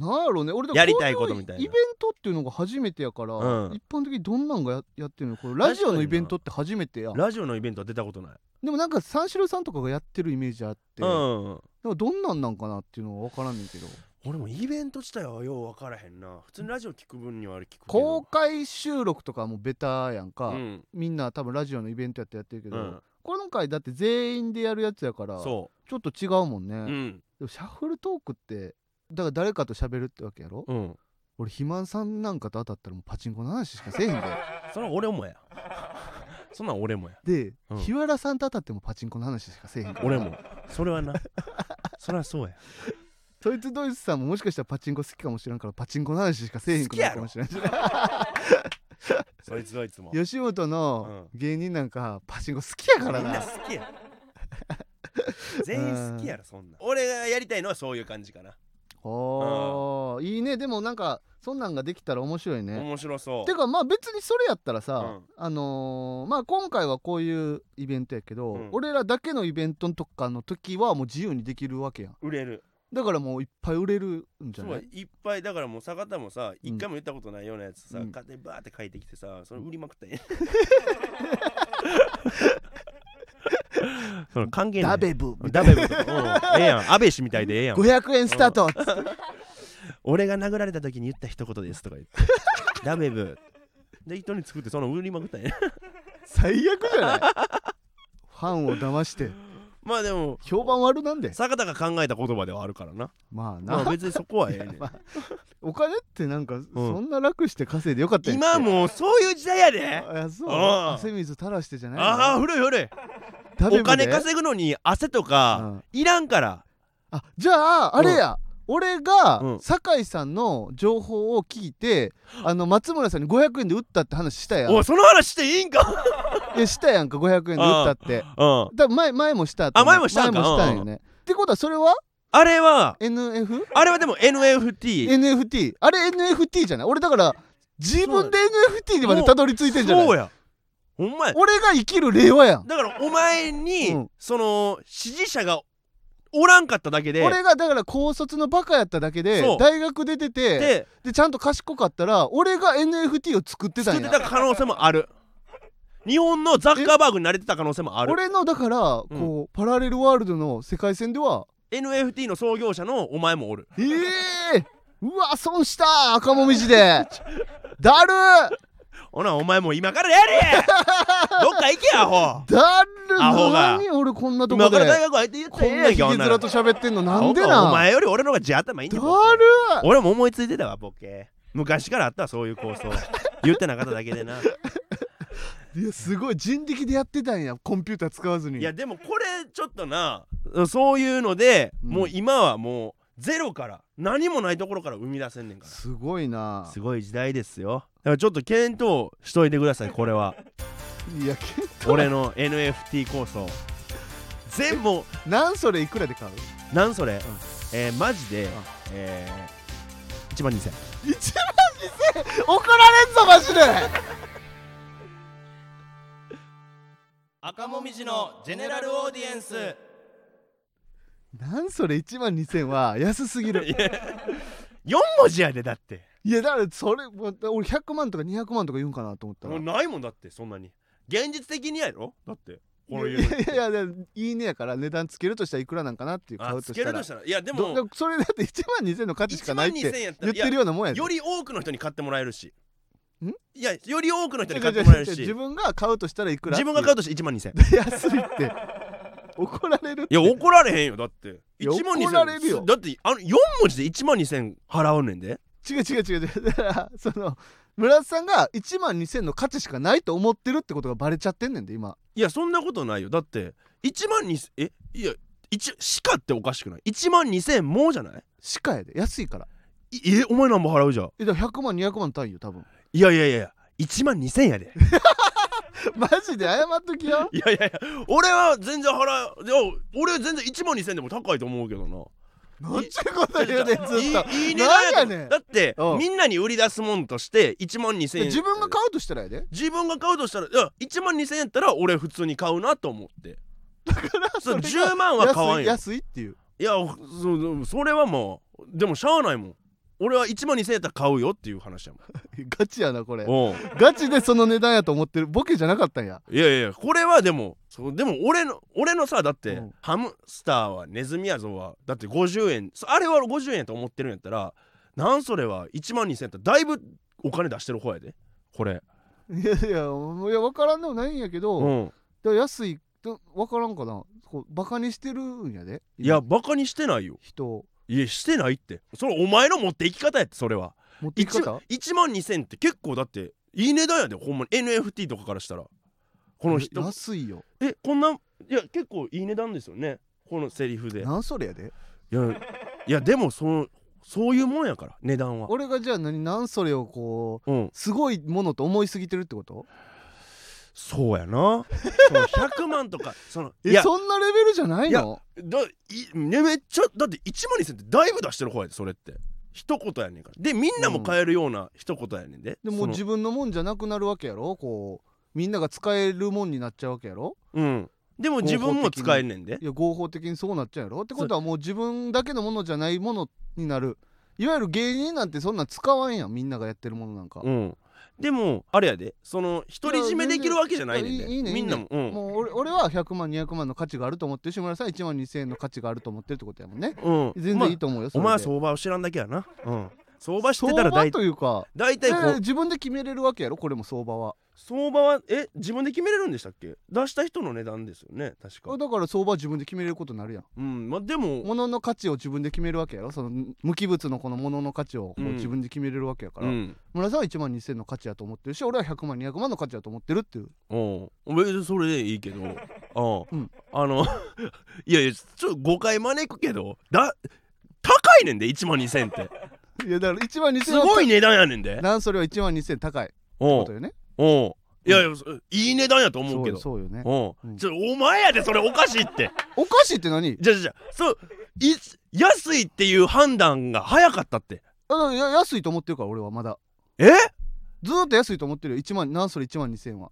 [SPEAKER 1] なんやろうね俺でも
[SPEAKER 2] やりたいことみたい
[SPEAKER 1] こう
[SPEAKER 2] な
[SPEAKER 1] うイベントっていうのが初めてやから、
[SPEAKER 2] うん
[SPEAKER 1] 一般的にどんなんがややってるのこれラジオのイベントって初めてや
[SPEAKER 2] ラジオのイベントは出たことない、
[SPEAKER 1] でもなんか三四郎さんとかがやってるイメージあって、
[SPEAKER 2] うん
[SPEAKER 1] でもどんなんなんかなっていうのは分からんねんけど
[SPEAKER 2] 俺もイベント自体はよう分からへんな普通にラジオ聞く分にはあれ聞くけ
[SPEAKER 1] 公
[SPEAKER 2] ど
[SPEAKER 1] 開収録とかもベタやんか、
[SPEAKER 2] うん、
[SPEAKER 1] みんな多分ラジオのイベントやってやってるけど、
[SPEAKER 2] うん、
[SPEAKER 1] この回だって全員でやるやつやからちょ
[SPEAKER 2] そ
[SPEAKER 1] っと違うもんね、
[SPEAKER 2] うう
[SPEAKER 1] で
[SPEAKER 2] ん
[SPEAKER 1] もシャッフルトークってだから誰かと喋るってわけやろ、
[SPEAKER 2] うん
[SPEAKER 1] 俺肥満さんなんかと当たったらもうパチンコの話しかせえへんで
[SPEAKER 2] それは俺もやそんなん俺もや [laughs]
[SPEAKER 1] で、
[SPEAKER 2] うん
[SPEAKER 1] 日原さんと当たってもパチンコの話しかせえへんから
[SPEAKER 2] 俺もそれはなそれはそうや
[SPEAKER 1] そいつドイツさんももしかしたらパチンコ好きかもしれんからパチンコの話しかせえへんくなるかもしれんし
[SPEAKER 2] そいつどいつも
[SPEAKER 1] 吉本の芸人なんかパチンコ好きやから
[SPEAKER 2] みん
[SPEAKER 1] な、
[SPEAKER 2] な好きや
[SPEAKER 1] [laughs]
[SPEAKER 2] 全員好きやろそんなん俺がやりたいのはそういう感じかな
[SPEAKER 1] おーいいねでもなんかそんなんができたら面白いね
[SPEAKER 2] 面白そう
[SPEAKER 1] てかまあ別にそれやったらさ、
[SPEAKER 2] うん
[SPEAKER 1] あのーまあ今回はこういうイベントやけど、
[SPEAKER 2] うん
[SPEAKER 1] 俺らだけのイベントとかの時はもう自由にできるわけやん
[SPEAKER 2] 売れる
[SPEAKER 1] だからもういっぱい売れるんじゃ
[SPEAKER 2] そう
[SPEAKER 1] な
[SPEAKER 2] や
[SPEAKER 1] い
[SPEAKER 2] いっぱいだからもう坂田もさ
[SPEAKER 1] うん
[SPEAKER 2] 一回も言ったことないようなやつさ
[SPEAKER 1] うん
[SPEAKER 2] 勝手にバーって書いてきてさそれ売りまくったんや [laughs] それ関係
[SPEAKER 1] ダベブみた
[SPEAKER 2] ダ
[SPEAKER 1] い
[SPEAKER 2] ベブとかうんええやん安倍氏みたいでええや
[SPEAKER 1] なん500円スタート
[SPEAKER 2] 俺が殴られた時に言った一言ですとか言ってダメブで糸に作ってその売りまくった
[SPEAKER 1] [laughs]
[SPEAKER 2] んや
[SPEAKER 1] 最悪じゃないファンを騙して
[SPEAKER 2] まあでも
[SPEAKER 1] 評判悪なんで
[SPEAKER 2] 坂田が考えた言葉ではあるからな
[SPEAKER 1] まあな、
[SPEAKER 2] まあ別にそこはええ
[SPEAKER 1] [laughs]
[SPEAKER 2] ねん、
[SPEAKER 1] お金ってなんかそんな楽して稼いでよかったんやっけ
[SPEAKER 2] 今もうそういう時代や
[SPEAKER 1] あ
[SPEAKER 2] で
[SPEAKER 1] いやそう
[SPEAKER 2] うん
[SPEAKER 1] 汗水垂らしてじゃないの
[SPEAKER 2] ああ古い古い
[SPEAKER 1] ダベブで
[SPEAKER 2] お金稼ぐのに汗とかいらんから
[SPEAKER 1] あじゃああれや、俺が
[SPEAKER 2] うん
[SPEAKER 1] 酒井さんの情報を聞いてあの松村さんに500円で売ったって話したやん
[SPEAKER 2] おいその話していいんか
[SPEAKER 1] いやしたやんか500円で売ったって
[SPEAKER 2] うん
[SPEAKER 1] 多分前前もしたと思う
[SPEAKER 2] あ前もしたんか
[SPEAKER 1] 前もしたんよね、ってことはそれは
[SPEAKER 2] あれは
[SPEAKER 1] NF?
[SPEAKER 2] あれはでも NFT
[SPEAKER 1] NFT あれ NFT じゃない俺だから自分で NFT にまでたどり着いてんじゃない
[SPEAKER 2] そうやほんまや
[SPEAKER 1] 俺が生きる令和やん
[SPEAKER 2] だからお前に、
[SPEAKER 1] うん
[SPEAKER 2] その支持者がおらんかっただけで
[SPEAKER 1] 俺がだから高卒のバカやっただけで
[SPEAKER 2] そう
[SPEAKER 1] 大学出てて
[SPEAKER 2] で
[SPEAKER 1] でちゃんと賢かったら俺が NFT を作ってた
[SPEAKER 2] 作っ
[SPEAKER 1] んや
[SPEAKER 2] てた可能性もある日本のザッカーバーグになれてた可能性もある
[SPEAKER 1] 俺のだからこう、パラレルワールドの世界線で
[SPEAKER 2] [laughs]
[SPEAKER 1] は
[SPEAKER 2] NFT の創業者のお前もおる
[SPEAKER 1] ええうわ損した赤もみ
[SPEAKER 2] [laughs]
[SPEAKER 1] じでだる
[SPEAKER 2] ほなお前もう今からやれ
[SPEAKER 1] [laughs]
[SPEAKER 2] どっか行けやほ
[SPEAKER 1] だる
[SPEAKER 2] アホが
[SPEAKER 1] 何俺こんなと
[SPEAKER 2] 今
[SPEAKER 1] こ
[SPEAKER 2] から大
[SPEAKER 1] で
[SPEAKER 2] 学入って言っ
[SPEAKER 1] こ
[SPEAKER 2] てええ
[SPEAKER 1] ん
[SPEAKER 2] や
[SPEAKER 1] なんひ
[SPEAKER 2] け
[SPEAKER 1] げ面と喋ってんのなんで
[SPEAKER 2] アホかお
[SPEAKER 1] なん
[SPEAKER 2] 前より俺の方が地頭いいんだ
[SPEAKER 1] だ
[SPEAKER 2] よ
[SPEAKER 1] る
[SPEAKER 2] ボケ俺も思いついてたわボケ昔からあったわそうい
[SPEAKER 1] [laughs]
[SPEAKER 2] う構想言ってなかっただけでない
[SPEAKER 1] やすごい人力でやってたんやコンピューター使わずに
[SPEAKER 2] いやでもこれちょっとなそういうので、
[SPEAKER 1] うん
[SPEAKER 2] もう今はもうゼロから何もないところから生み出せんねんから
[SPEAKER 1] すごいな
[SPEAKER 2] すごい時代ですよだからちょっと検討しといてくださいこ
[SPEAKER 1] [laughs]
[SPEAKER 2] れはい
[SPEAKER 1] やけ
[SPEAKER 2] 俺の NFT 構想全部
[SPEAKER 1] なんそれいくらで買う
[SPEAKER 2] なんそれ、えーマジで、えー、1万2000
[SPEAKER 1] 1万2000怒られんぞマジ
[SPEAKER 2] [laughs]
[SPEAKER 1] で
[SPEAKER 2] 赤もみじのジェネラルオーディエンス
[SPEAKER 1] なんそれ1万2000は安すぎる
[SPEAKER 2] 4文字やでだって
[SPEAKER 1] いやだからそれもう俺100万とか200万とか言うんかなと思ったら
[SPEAKER 2] もう
[SPEAKER 1] い
[SPEAKER 2] ないもんだってそんなに現実的にやろだってこういうの
[SPEAKER 1] やいやいやいいねやから値段つけるとしたらいくらなんかなっていう買
[SPEAKER 2] あ
[SPEAKER 1] う
[SPEAKER 2] つ
[SPEAKER 1] と
[SPEAKER 2] け
[SPEAKER 1] した
[SPEAKER 2] る
[SPEAKER 1] ら
[SPEAKER 2] としたらいやで
[SPEAKER 1] ど
[SPEAKER 2] も
[SPEAKER 1] でもそれだって1万2000の価値しか
[SPEAKER 2] 1
[SPEAKER 1] な
[SPEAKER 2] 万
[SPEAKER 1] いって
[SPEAKER 2] 2000やった
[SPEAKER 1] 言っ
[SPEAKER 2] らいや
[SPEAKER 1] てるようなもんやで
[SPEAKER 2] より多くの人に買ってもらえるし
[SPEAKER 1] ん
[SPEAKER 2] いやより多くの人に
[SPEAKER 1] じ
[SPEAKER 2] 買
[SPEAKER 1] ゃ
[SPEAKER 2] っ
[SPEAKER 1] じ
[SPEAKER 2] て
[SPEAKER 1] ゃ
[SPEAKER 2] もらえるし
[SPEAKER 1] じゃ自分が買うとしたらいくら
[SPEAKER 2] 自分が買う
[SPEAKER 1] う
[SPEAKER 2] として1万2000い
[SPEAKER 1] と安いって怒られるって
[SPEAKER 2] や怒られへんよだって
[SPEAKER 1] いや
[SPEAKER 2] 1万2000
[SPEAKER 1] 怒られるよ
[SPEAKER 2] だってあの4文字で1万2000払うねんで
[SPEAKER 1] 違う違う違う違うだからその村田さんが1万2000の価値しかないと思ってるってことがバレちゃってんねんで今
[SPEAKER 2] いやそんなことないよだって1万2000えいや一しかっておかしくない1万2000もうじゃない
[SPEAKER 1] しかやで安いから
[SPEAKER 2] いえお前なんぼ払うじゃん
[SPEAKER 1] えだから100万200万単位よ多
[SPEAKER 2] [laughs]
[SPEAKER 1] 分
[SPEAKER 2] いやいやいやいや1万2000やで
[SPEAKER 1] マジで謝っときよ
[SPEAKER 2] [laughs] いやいやいや俺は全然払ういや俺は全然1万2000でも高いと思うけどな
[SPEAKER 1] なんちゅうこと言うねんずっと
[SPEAKER 2] いいいい値
[SPEAKER 1] な
[SPEAKER 2] 段
[SPEAKER 1] ん
[SPEAKER 2] や
[SPEAKER 1] や
[SPEAKER 2] ね
[SPEAKER 1] ねん
[SPEAKER 2] だって
[SPEAKER 1] うん
[SPEAKER 2] みんなに売り出すもんとして1万2000円
[SPEAKER 1] 自分が買うとしたらやで
[SPEAKER 2] 自分が買うとしたらいや1万2000円やったら俺普通に買うなと思ってだから
[SPEAKER 1] それが
[SPEAKER 2] 10万は買わん
[SPEAKER 1] 安い安
[SPEAKER 2] よ
[SPEAKER 1] いっていう
[SPEAKER 2] いやそそれはもうでもしゃあないもん俺は1万2000円やったら買うよっていう話や
[SPEAKER 1] ガチやなこれ
[SPEAKER 2] もんうん
[SPEAKER 1] ガチでその値段やと思ってるボケじゃなかったんや
[SPEAKER 2] いやいやこれはでもそうでも俺の俺のさだって、
[SPEAKER 1] うん
[SPEAKER 2] ハムスターはネズミやぞはだって50円そあれは50円やと思ってるんやったらなんそれは1万2000円ってだいぶお金出してる方やでこれ
[SPEAKER 1] いやいやもういや分からんでもないんやけど、
[SPEAKER 2] う
[SPEAKER 1] だか
[SPEAKER 2] ん
[SPEAKER 1] ら安いと分からんかなこうバカにしてるんやで
[SPEAKER 2] いやバカにしてないよ
[SPEAKER 1] 人を
[SPEAKER 2] いやしてないってそれお前の持って行き方やってそれは
[SPEAKER 1] 持っていき
[SPEAKER 2] 1,
[SPEAKER 1] 方
[SPEAKER 2] 万2000って結構だっていい値段やでほんまに NFT とかからしたらこの人
[SPEAKER 1] 安いよ
[SPEAKER 2] えこんないや結構いい値段ですよねこのセリフで
[SPEAKER 1] なんそれやで
[SPEAKER 2] いやいやでもそのそういうもんやから値段は
[SPEAKER 1] 俺がじゃあ何なんそれをこう
[SPEAKER 2] うん
[SPEAKER 1] すごいものと思いすぎてるってこと
[SPEAKER 2] そうやなその100万とかその
[SPEAKER 1] [laughs]
[SPEAKER 2] い
[SPEAKER 1] え
[SPEAKER 2] や
[SPEAKER 1] そんなレベルじゃない
[SPEAKER 2] いや
[SPEAKER 1] の
[SPEAKER 2] だいねめっちゃだって1万2000ってだいぶ出してる方やでそれって一言やねんからでみんなも買えるような一言やねんで、
[SPEAKER 1] で
[SPEAKER 2] そ
[SPEAKER 1] も
[SPEAKER 2] の
[SPEAKER 1] 自分のもんじゃなくなるわけやろこうみんなが使えるもんになっちゃうわけやろ
[SPEAKER 2] うんでも自分も使えんねんで
[SPEAKER 1] いや合法的にそうなっちゃうやろってことはもう自分だけのものじゃないものになるいわゆる芸人なんてそんなん使わんやんみんながやってるものなんか、
[SPEAKER 2] うんでもあれやでその独り占めできるわけじゃないねん
[SPEAKER 1] いやいいね
[SPEAKER 2] で
[SPEAKER 1] いいね
[SPEAKER 2] みんなもうん
[SPEAKER 1] もう俺俺は100万200万の価値があると思ってる志村さんは1万2000円の価値があると思ってるってことやもんね
[SPEAKER 2] うん
[SPEAKER 1] 全
[SPEAKER 2] ま
[SPEAKER 1] 然い
[SPEAKER 2] あ
[SPEAKER 1] いと思うよ、
[SPEAKER 2] お前は
[SPEAKER 1] う
[SPEAKER 2] 相場を知らんだけやなうん相場知ってた
[SPEAKER 1] 相
[SPEAKER 2] ら
[SPEAKER 1] 場
[SPEAKER 2] 大
[SPEAKER 1] というか
[SPEAKER 2] 大体こ
[SPEAKER 1] いやいうや自分で決めれるわけやろこれも相場は
[SPEAKER 2] 相場はえ自分で決めれるんでしたっけ出した人の値段ですよね確か
[SPEAKER 1] だから相場は自分で決めれることになるやん
[SPEAKER 2] うんまあでも
[SPEAKER 1] 物の価値を自分で決めるわけやろその無機物のこの物の価値をこう
[SPEAKER 2] うん
[SPEAKER 1] 自分で決めれるわけやから、
[SPEAKER 2] うん
[SPEAKER 1] 村さんは1万2000の価値やと思ってるし俺は100万200万の価値やと思ってるっていう
[SPEAKER 2] おう別にそれでいい
[SPEAKER 1] [laughs]
[SPEAKER 2] けど
[SPEAKER 1] う
[SPEAKER 2] あ,、
[SPEAKER 1] ん
[SPEAKER 2] あの [laughs] いやいやちょっと誤解招くけどだ高いねんで1万2000って
[SPEAKER 1] [laughs] [laughs] いやだから1万2000
[SPEAKER 2] すごい
[SPEAKER 1] ね
[SPEAKER 2] 値段やねんで
[SPEAKER 1] なんそれは1万2000高いって
[SPEAKER 2] お
[SPEAKER 1] こ
[SPEAKER 2] う
[SPEAKER 1] とよね
[SPEAKER 2] おういやいやそいい値段やと思
[SPEAKER 1] そうう
[SPEAKER 2] け
[SPEAKER 1] よ
[SPEAKER 2] ど
[SPEAKER 1] そうよね
[SPEAKER 2] お
[SPEAKER 1] う
[SPEAKER 2] うんちょお前やでそれおかしいって
[SPEAKER 1] おかしいって何
[SPEAKER 2] じゃあじゃあじゃあそうい安いっていう判断が早かったって
[SPEAKER 1] あだからや安いと思ってるから俺はまだ
[SPEAKER 2] え
[SPEAKER 1] ずーっと安いと思ってるよ1万なんそれ1万2000は
[SPEAKER 2] は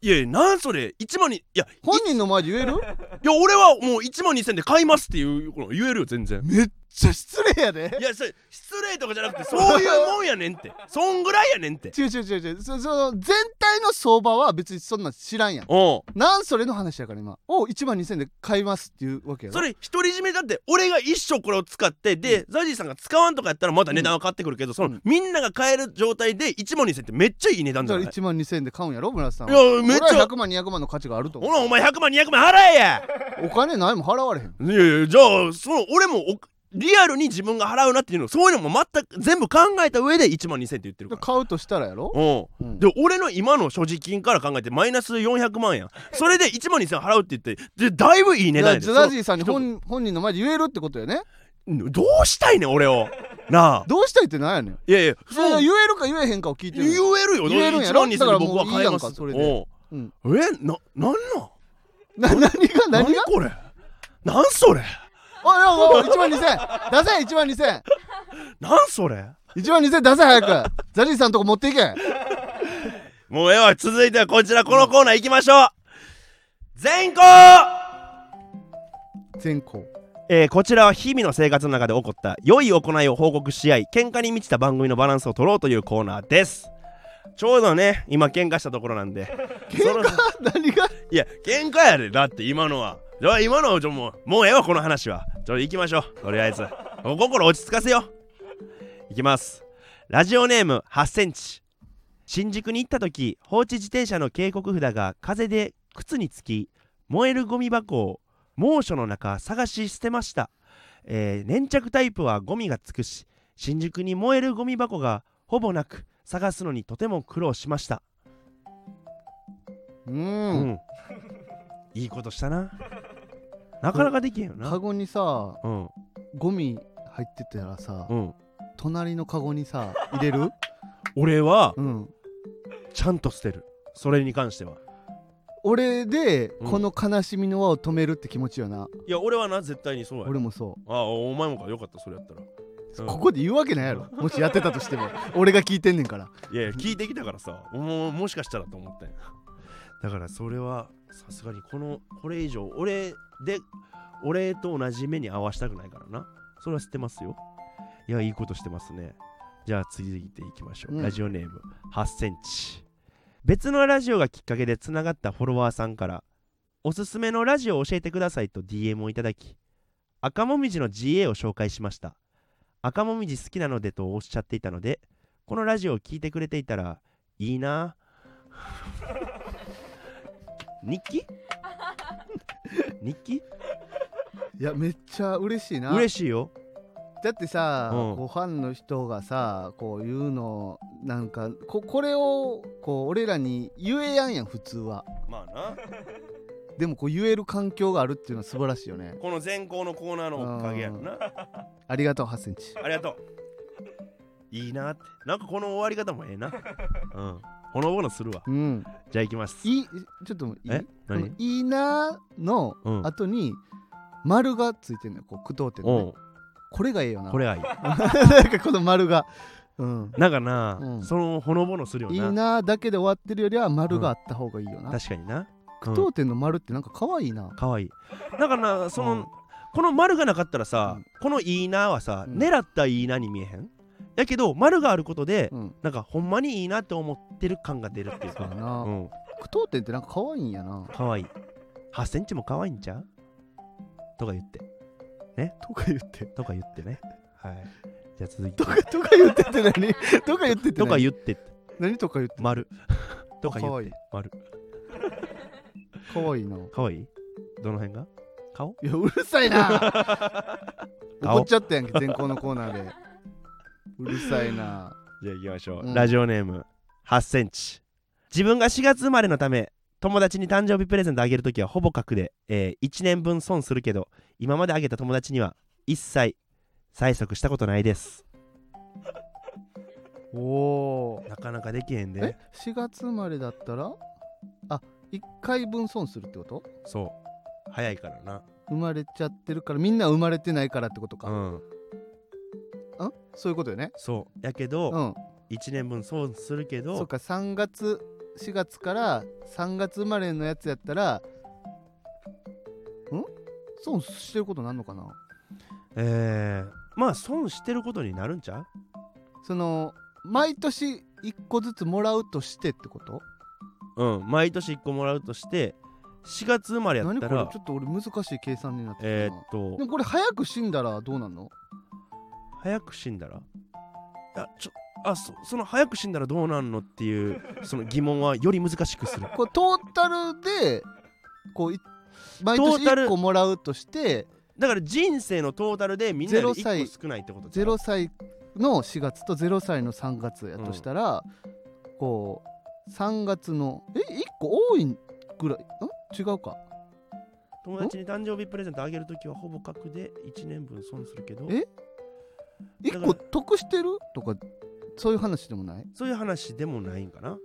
[SPEAKER 2] いやいやなんそれ1万にいやい
[SPEAKER 1] 本人の前で言える
[SPEAKER 2] いや俺はもう1万2000で買いますっていうこの言えるよ全然
[SPEAKER 1] [laughs] めっちゃ失礼やで
[SPEAKER 2] いやそれ失礼とかじゃなくてそういうもんやね
[SPEAKER 1] [laughs]
[SPEAKER 2] んってそんぐらいやねんって
[SPEAKER 1] 違う違う違う違うそその全体の相場は別にそんなん知らんやん
[SPEAKER 2] お
[SPEAKER 1] なんそれの話やから今を1万2000で買いますっていうわけやろ
[SPEAKER 2] それ独り占めだって俺が一生これを使ってで、ザジーさんが使わんとかやったらまた値段は変わってくるけど、その、
[SPEAKER 1] うん
[SPEAKER 2] みんなが買える状態で1万2000ってめっちゃいい値段じ
[SPEAKER 1] だ
[SPEAKER 2] ゃ
[SPEAKER 1] か
[SPEAKER 2] な
[SPEAKER 1] ら
[SPEAKER 2] い
[SPEAKER 1] 1万2000で買うんやろ村瀬さん
[SPEAKER 2] い
[SPEAKER 1] は
[SPEAKER 2] やめっ
[SPEAKER 1] 俺
[SPEAKER 2] ち
[SPEAKER 1] は
[SPEAKER 2] ゃ
[SPEAKER 1] 100万200万の価値があると思
[SPEAKER 2] ほなお前100万200万払えや
[SPEAKER 1] うお金ないもん払われへん
[SPEAKER 2] いやいやじゃあその俺もおリアルに自分が払うなっていうのそういうのも全く全部考えた上で1万2000って言ってる
[SPEAKER 1] で
[SPEAKER 2] から。
[SPEAKER 1] 買うとしたらやろ、
[SPEAKER 2] うん
[SPEAKER 1] うん
[SPEAKER 2] で俺の今の所持金から考えてマイナス400万やんそれで1万2000払うって言ってでだいぶいい値
[SPEAKER 1] だ
[SPEAKER 2] 段
[SPEAKER 1] か
[SPEAKER 2] や
[SPEAKER 1] ら
[SPEAKER 2] で
[SPEAKER 1] ジャジーさんに
[SPEAKER 2] その
[SPEAKER 1] 本本人の前で言えるってことよね
[SPEAKER 2] 人どうしたいねん俺をなあ
[SPEAKER 1] どうしたいってなんやねん
[SPEAKER 2] いやいや
[SPEAKER 1] それ
[SPEAKER 2] そう
[SPEAKER 1] 言えるか言えへんかを聞いて
[SPEAKER 2] 言
[SPEAKER 1] る
[SPEAKER 2] えるよ
[SPEAKER 1] 言えるんや
[SPEAKER 2] 1
[SPEAKER 1] ろ
[SPEAKER 2] 万2000で僕は買えます
[SPEAKER 1] だからもういいやんか
[SPEAKER 2] おう
[SPEAKER 1] そ
[SPEAKER 2] えななんなん
[SPEAKER 1] な何が何が
[SPEAKER 2] これなんそれ
[SPEAKER 1] おいおいおい1万2000出せ1万2000
[SPEAKER 2] なんそれ
[SPEAKER 1] 1万2000出せ早くザジーさんのとこ持っていけ
[SPEAKER 2] もうええわ続いてはこちらこのコーナー行きましょう全校
[SPEAKER 1] 全校
[SPEAKER 2] えーこちらは日々の生活の中で起こった良い行いを報告し合い喧嘩に満ちた番組のバランスを取ろうというコーナーですちょうどね今喧嘩したところなんでその
[SPEAKER 1] 喧嘩 [laughs] 何が
[SPEAKER 2] いや喧嘩やでだって今のはじゃあ今のはちょもうもうええわこの話はちょっと行きましょうとりあえずお心落ち着かせよういきますラジオネーム8センチ新宿に行った時放置自転車の警告札が風で靴につき燃えるゴミ箱を猛暑の中探し捨てました、えー粘着タイプはゴミがつくし新宿に燃えるゴミ箱がほぼなく探すのにとても苦労しました
[SPEAKER 1] う
[SPEAKER 2] うんんいいことしたななかなかできへんよ
[SPEAKER 1] カ
[SPEAKER 2] な
[SPEAKER 1] ゴにさ
[SPEAKER 2] うん
[SPEAKER 1] ゴミ入ってたらさ
[SPEAKER 2] うん
[SPEAKER 1] 隣のカゴにさ入れる
[SPEAKER 2] 俺は
[SPEAKER 1] うん
[SPEAKER 2] ちゃんと捨てるそれに関しては
[SPEAKER 1] 俺で
[SPEAKER 2] うん
[SPEAKER 1] この悲しみの輪を止めるって気持ちよない
[SPEAKER 2] や俺はな絶対にそうや
[SPEAKER 1] 俺もそう
[SPEAKER 2] ああお前もかよかったそれやったらうん
[SPEAKER 1] ここで言うわけないやろ
[SPEAKER 2] [laughs]
[SPEAKER 1] もしやってたとしても俺が聞いてんねんから
[SPEAKER 2] いやいや聞いてきたからさもうもしかしたらと思ってだからそれはさすがにこのこれ以上俺で俺と同じ目に合わしたくないからなそれは知ってますよいやいいことしてますねじゃあ次いっていきましょう、
[SPEAKER 1] うん
[SPEAKER 2] ラジオネーム8センチ別のラジオがきっかけでつながったフォロワーさんからおすすめのラジオを教えてくださいと DM をいただき赤もみじの GA を紹介しました赤もみじ好きなのでとおっしゃっていたのでこのラジオを聞いてくれていたらいいな日記日記
[SPEAKER 1] いやめっちゃ嬉しいな
[SPEAKER 2] 嬉しいよ
[SPEAKER 1] だってさ、
[SPEAKER 2] うん
[SPEAKER 1] こうファンの人がさこう言うのなんかここれをこう俺らに言えやんやん普通は
[SPEAKER 2] まあな
[SPEAKER 1] でもこう言える環境があるっていうのは素晴らしいよね
[SPEAKER 2] この前行のコーナーのおかげやろな
[SPEAKER 1] ありがとう8センチ
[SPEAKER 2] ありがとういいなってなんかこの終わり方もええなうんほのぼのするわ
[SPEAKER 1] うん
[SPEAKER 2] じゃあ行きます
[SPEAKER 1] いいちょっとい
[SPEAKER 2] え
[SPEAKER 1] いこの
[SPEAKER 2] 何
[SPEAKER 1] いいなーの
[SPEAKER 2] うん
[SPEAKER 1] 後に丸がついてんのよこう句読点の
[SPEAKER 2] お
[SPEAKER 1] ね
[SPEAKER 2] う
[SPEAKER 1] これがええよな
[SPEAKER 2] これはいい
[SPEAKER 1] なんかこの丸がうん
[SPEAKER 2] なんかな、
[SPEAKER 1] うん
[SPEAKER 2] そのほのぼのするよ
[SPEAKER 1] いい
[SPEAKER 2] な
[SPEAKER 1] なーだけで終わってるよりは丸があった方がいいよな、
[SPEAKER 2] 確かにな
[SPEAKER 1] 句読点の丸ってなんか可愛いな
[SPEAKER 2] かわいいなんかなその、
[SPEAKER 1] うん
[SPEAKER 2] この丸がなかったらさ、
[SPEAKER 1] うん
[SPEAKER 2] このいいなはさ、
[SPEAKER 1] うん
[SPEAKER 2] 狙ったいいなに見えへんやけど丸があることで、
[SPEAKER 1] うん
[SPEAKER 2] なんかほんまにいいなって思ってる感が出るっていう
[SPEAKER 1] そうや
[SPEAKER 2] か、
[SPEAKER 1] な、
[SPEAKER 2] うん、
[SPEAKER 1] 句読点ってなんか可愛いんやな
[SPEAKER 2] かわいい8センチもかわいいんちゃうとか言って
[SPEAKER 1] とか言って
[SPEAKER 2] とか言ってねはいじゃあ続いて
[SPEAKER 1] とかとか言ってって何 [laughs] とか言ってって
[SPEAKER 2] と
[SPEAKER 1] 何
[SPEAKER 2] か言って
[SPEAKER 1] 何とか言って
[SPEAKER 2] 丸とか言
[SPEAKER 1] か
[SPEAKER 2] っ
[SPEAKER 1] わい
[SPEAKER 2] て
[SPEAKER 1] い
[SPEAKER 2] 丸
[SPEAKER 1] 可愛いな
[SPEAKER 2] かわいいどの辺が顔
[SPEAKER 1] いやうるさいな [laughs]
[SPEAKER 2] 顔
[SPEAKER 1] 怒っちゃったやんけ前行のコーナーでうるさいな
[SPEAKER 2] じゃあ行きましょう、
[SPEAKER 1] うん
[SPEAKER 2] ラジオネーム8センチ自分が4月生まれのため友達に誕生日プレゼントあげるときはほぼ格で、え1年分損するけど今まであげた友達には一切催促したことないです
[SPEAKER 1] おお
[SPEAKER 2] なかなかできへん
[SPEAKER 1] え
[SPEAKER 2] で
[SPEAKER 1] 4月生まれだったらあ1回分損するってこと
[SPEAKER 2] そう早いからな
[SPEAKER 1] 生まれちゃってるからみんな生まれてないからってことか、
[SPEAKER 2] うん
[SPEAKER 1] んそういうことよね
[SPEAKER 2] そうやけ
[SPEAKER 1] う
[SPEAKER 2] ど、
[SPEAKER 1] ん
[SPEAKER 2] 1年分損するけ
[SPEAKER 1] そう
[SPEAKER 2] ど
[SPEAKER 1] か3月4月から3月生まれのやつやったらん損してることなんのかな
[SPEAKER 2] えー、まあ損してることになるんちゃう
[SPEAKER 1] その毎年1個ずつもらうとしてってこと
[SPEAKER 2] うん毎年1個もらうとして4月生まれやっ
[SPEAKER 1] 何
[SPEAKER 2] た
[SPEAKER 1] これ
[SPEAKER 2] ら
[SPEAKER 1] ちょっと俺難しい計算になってきたな、
[SPEAKER 2] えー、っと
[SPEAKER 1] でもこれ早く死んだらどうなんの
[SPEAKER 2] 早く死んだらあちょあそその早く死んだらどうなんのっ
[SPEAKER 1] [laughs]
[SPEAKER 2] ていうその疑問はより難しくする
[SPEAKER 1] これトータルでこうい毎年
[SPEAKER 2] トータル
[SPEAKER 1] 1個もらうとして
[SPEAKER 2] だから人生のトータルでみんなより
[SPEAKER 1] ゼロ歳
[SPEAKER 2] 1個少ないってことじゃん
[SPEAKER 1] 0歳の4月と0歳の3月やとしたら、こう3月のえ1個多いぐらいん違うか
[SPEAKER 2] 友達に誕生日プレゼントあげるときはほぼ格で1年分損するけど
[SPEAKER 1] え
[SPEAKER 2] だから
[SPEAKER 1] 1個得してるとかそういう話でもない
[SPEAKER 2] そういう話でもないんかな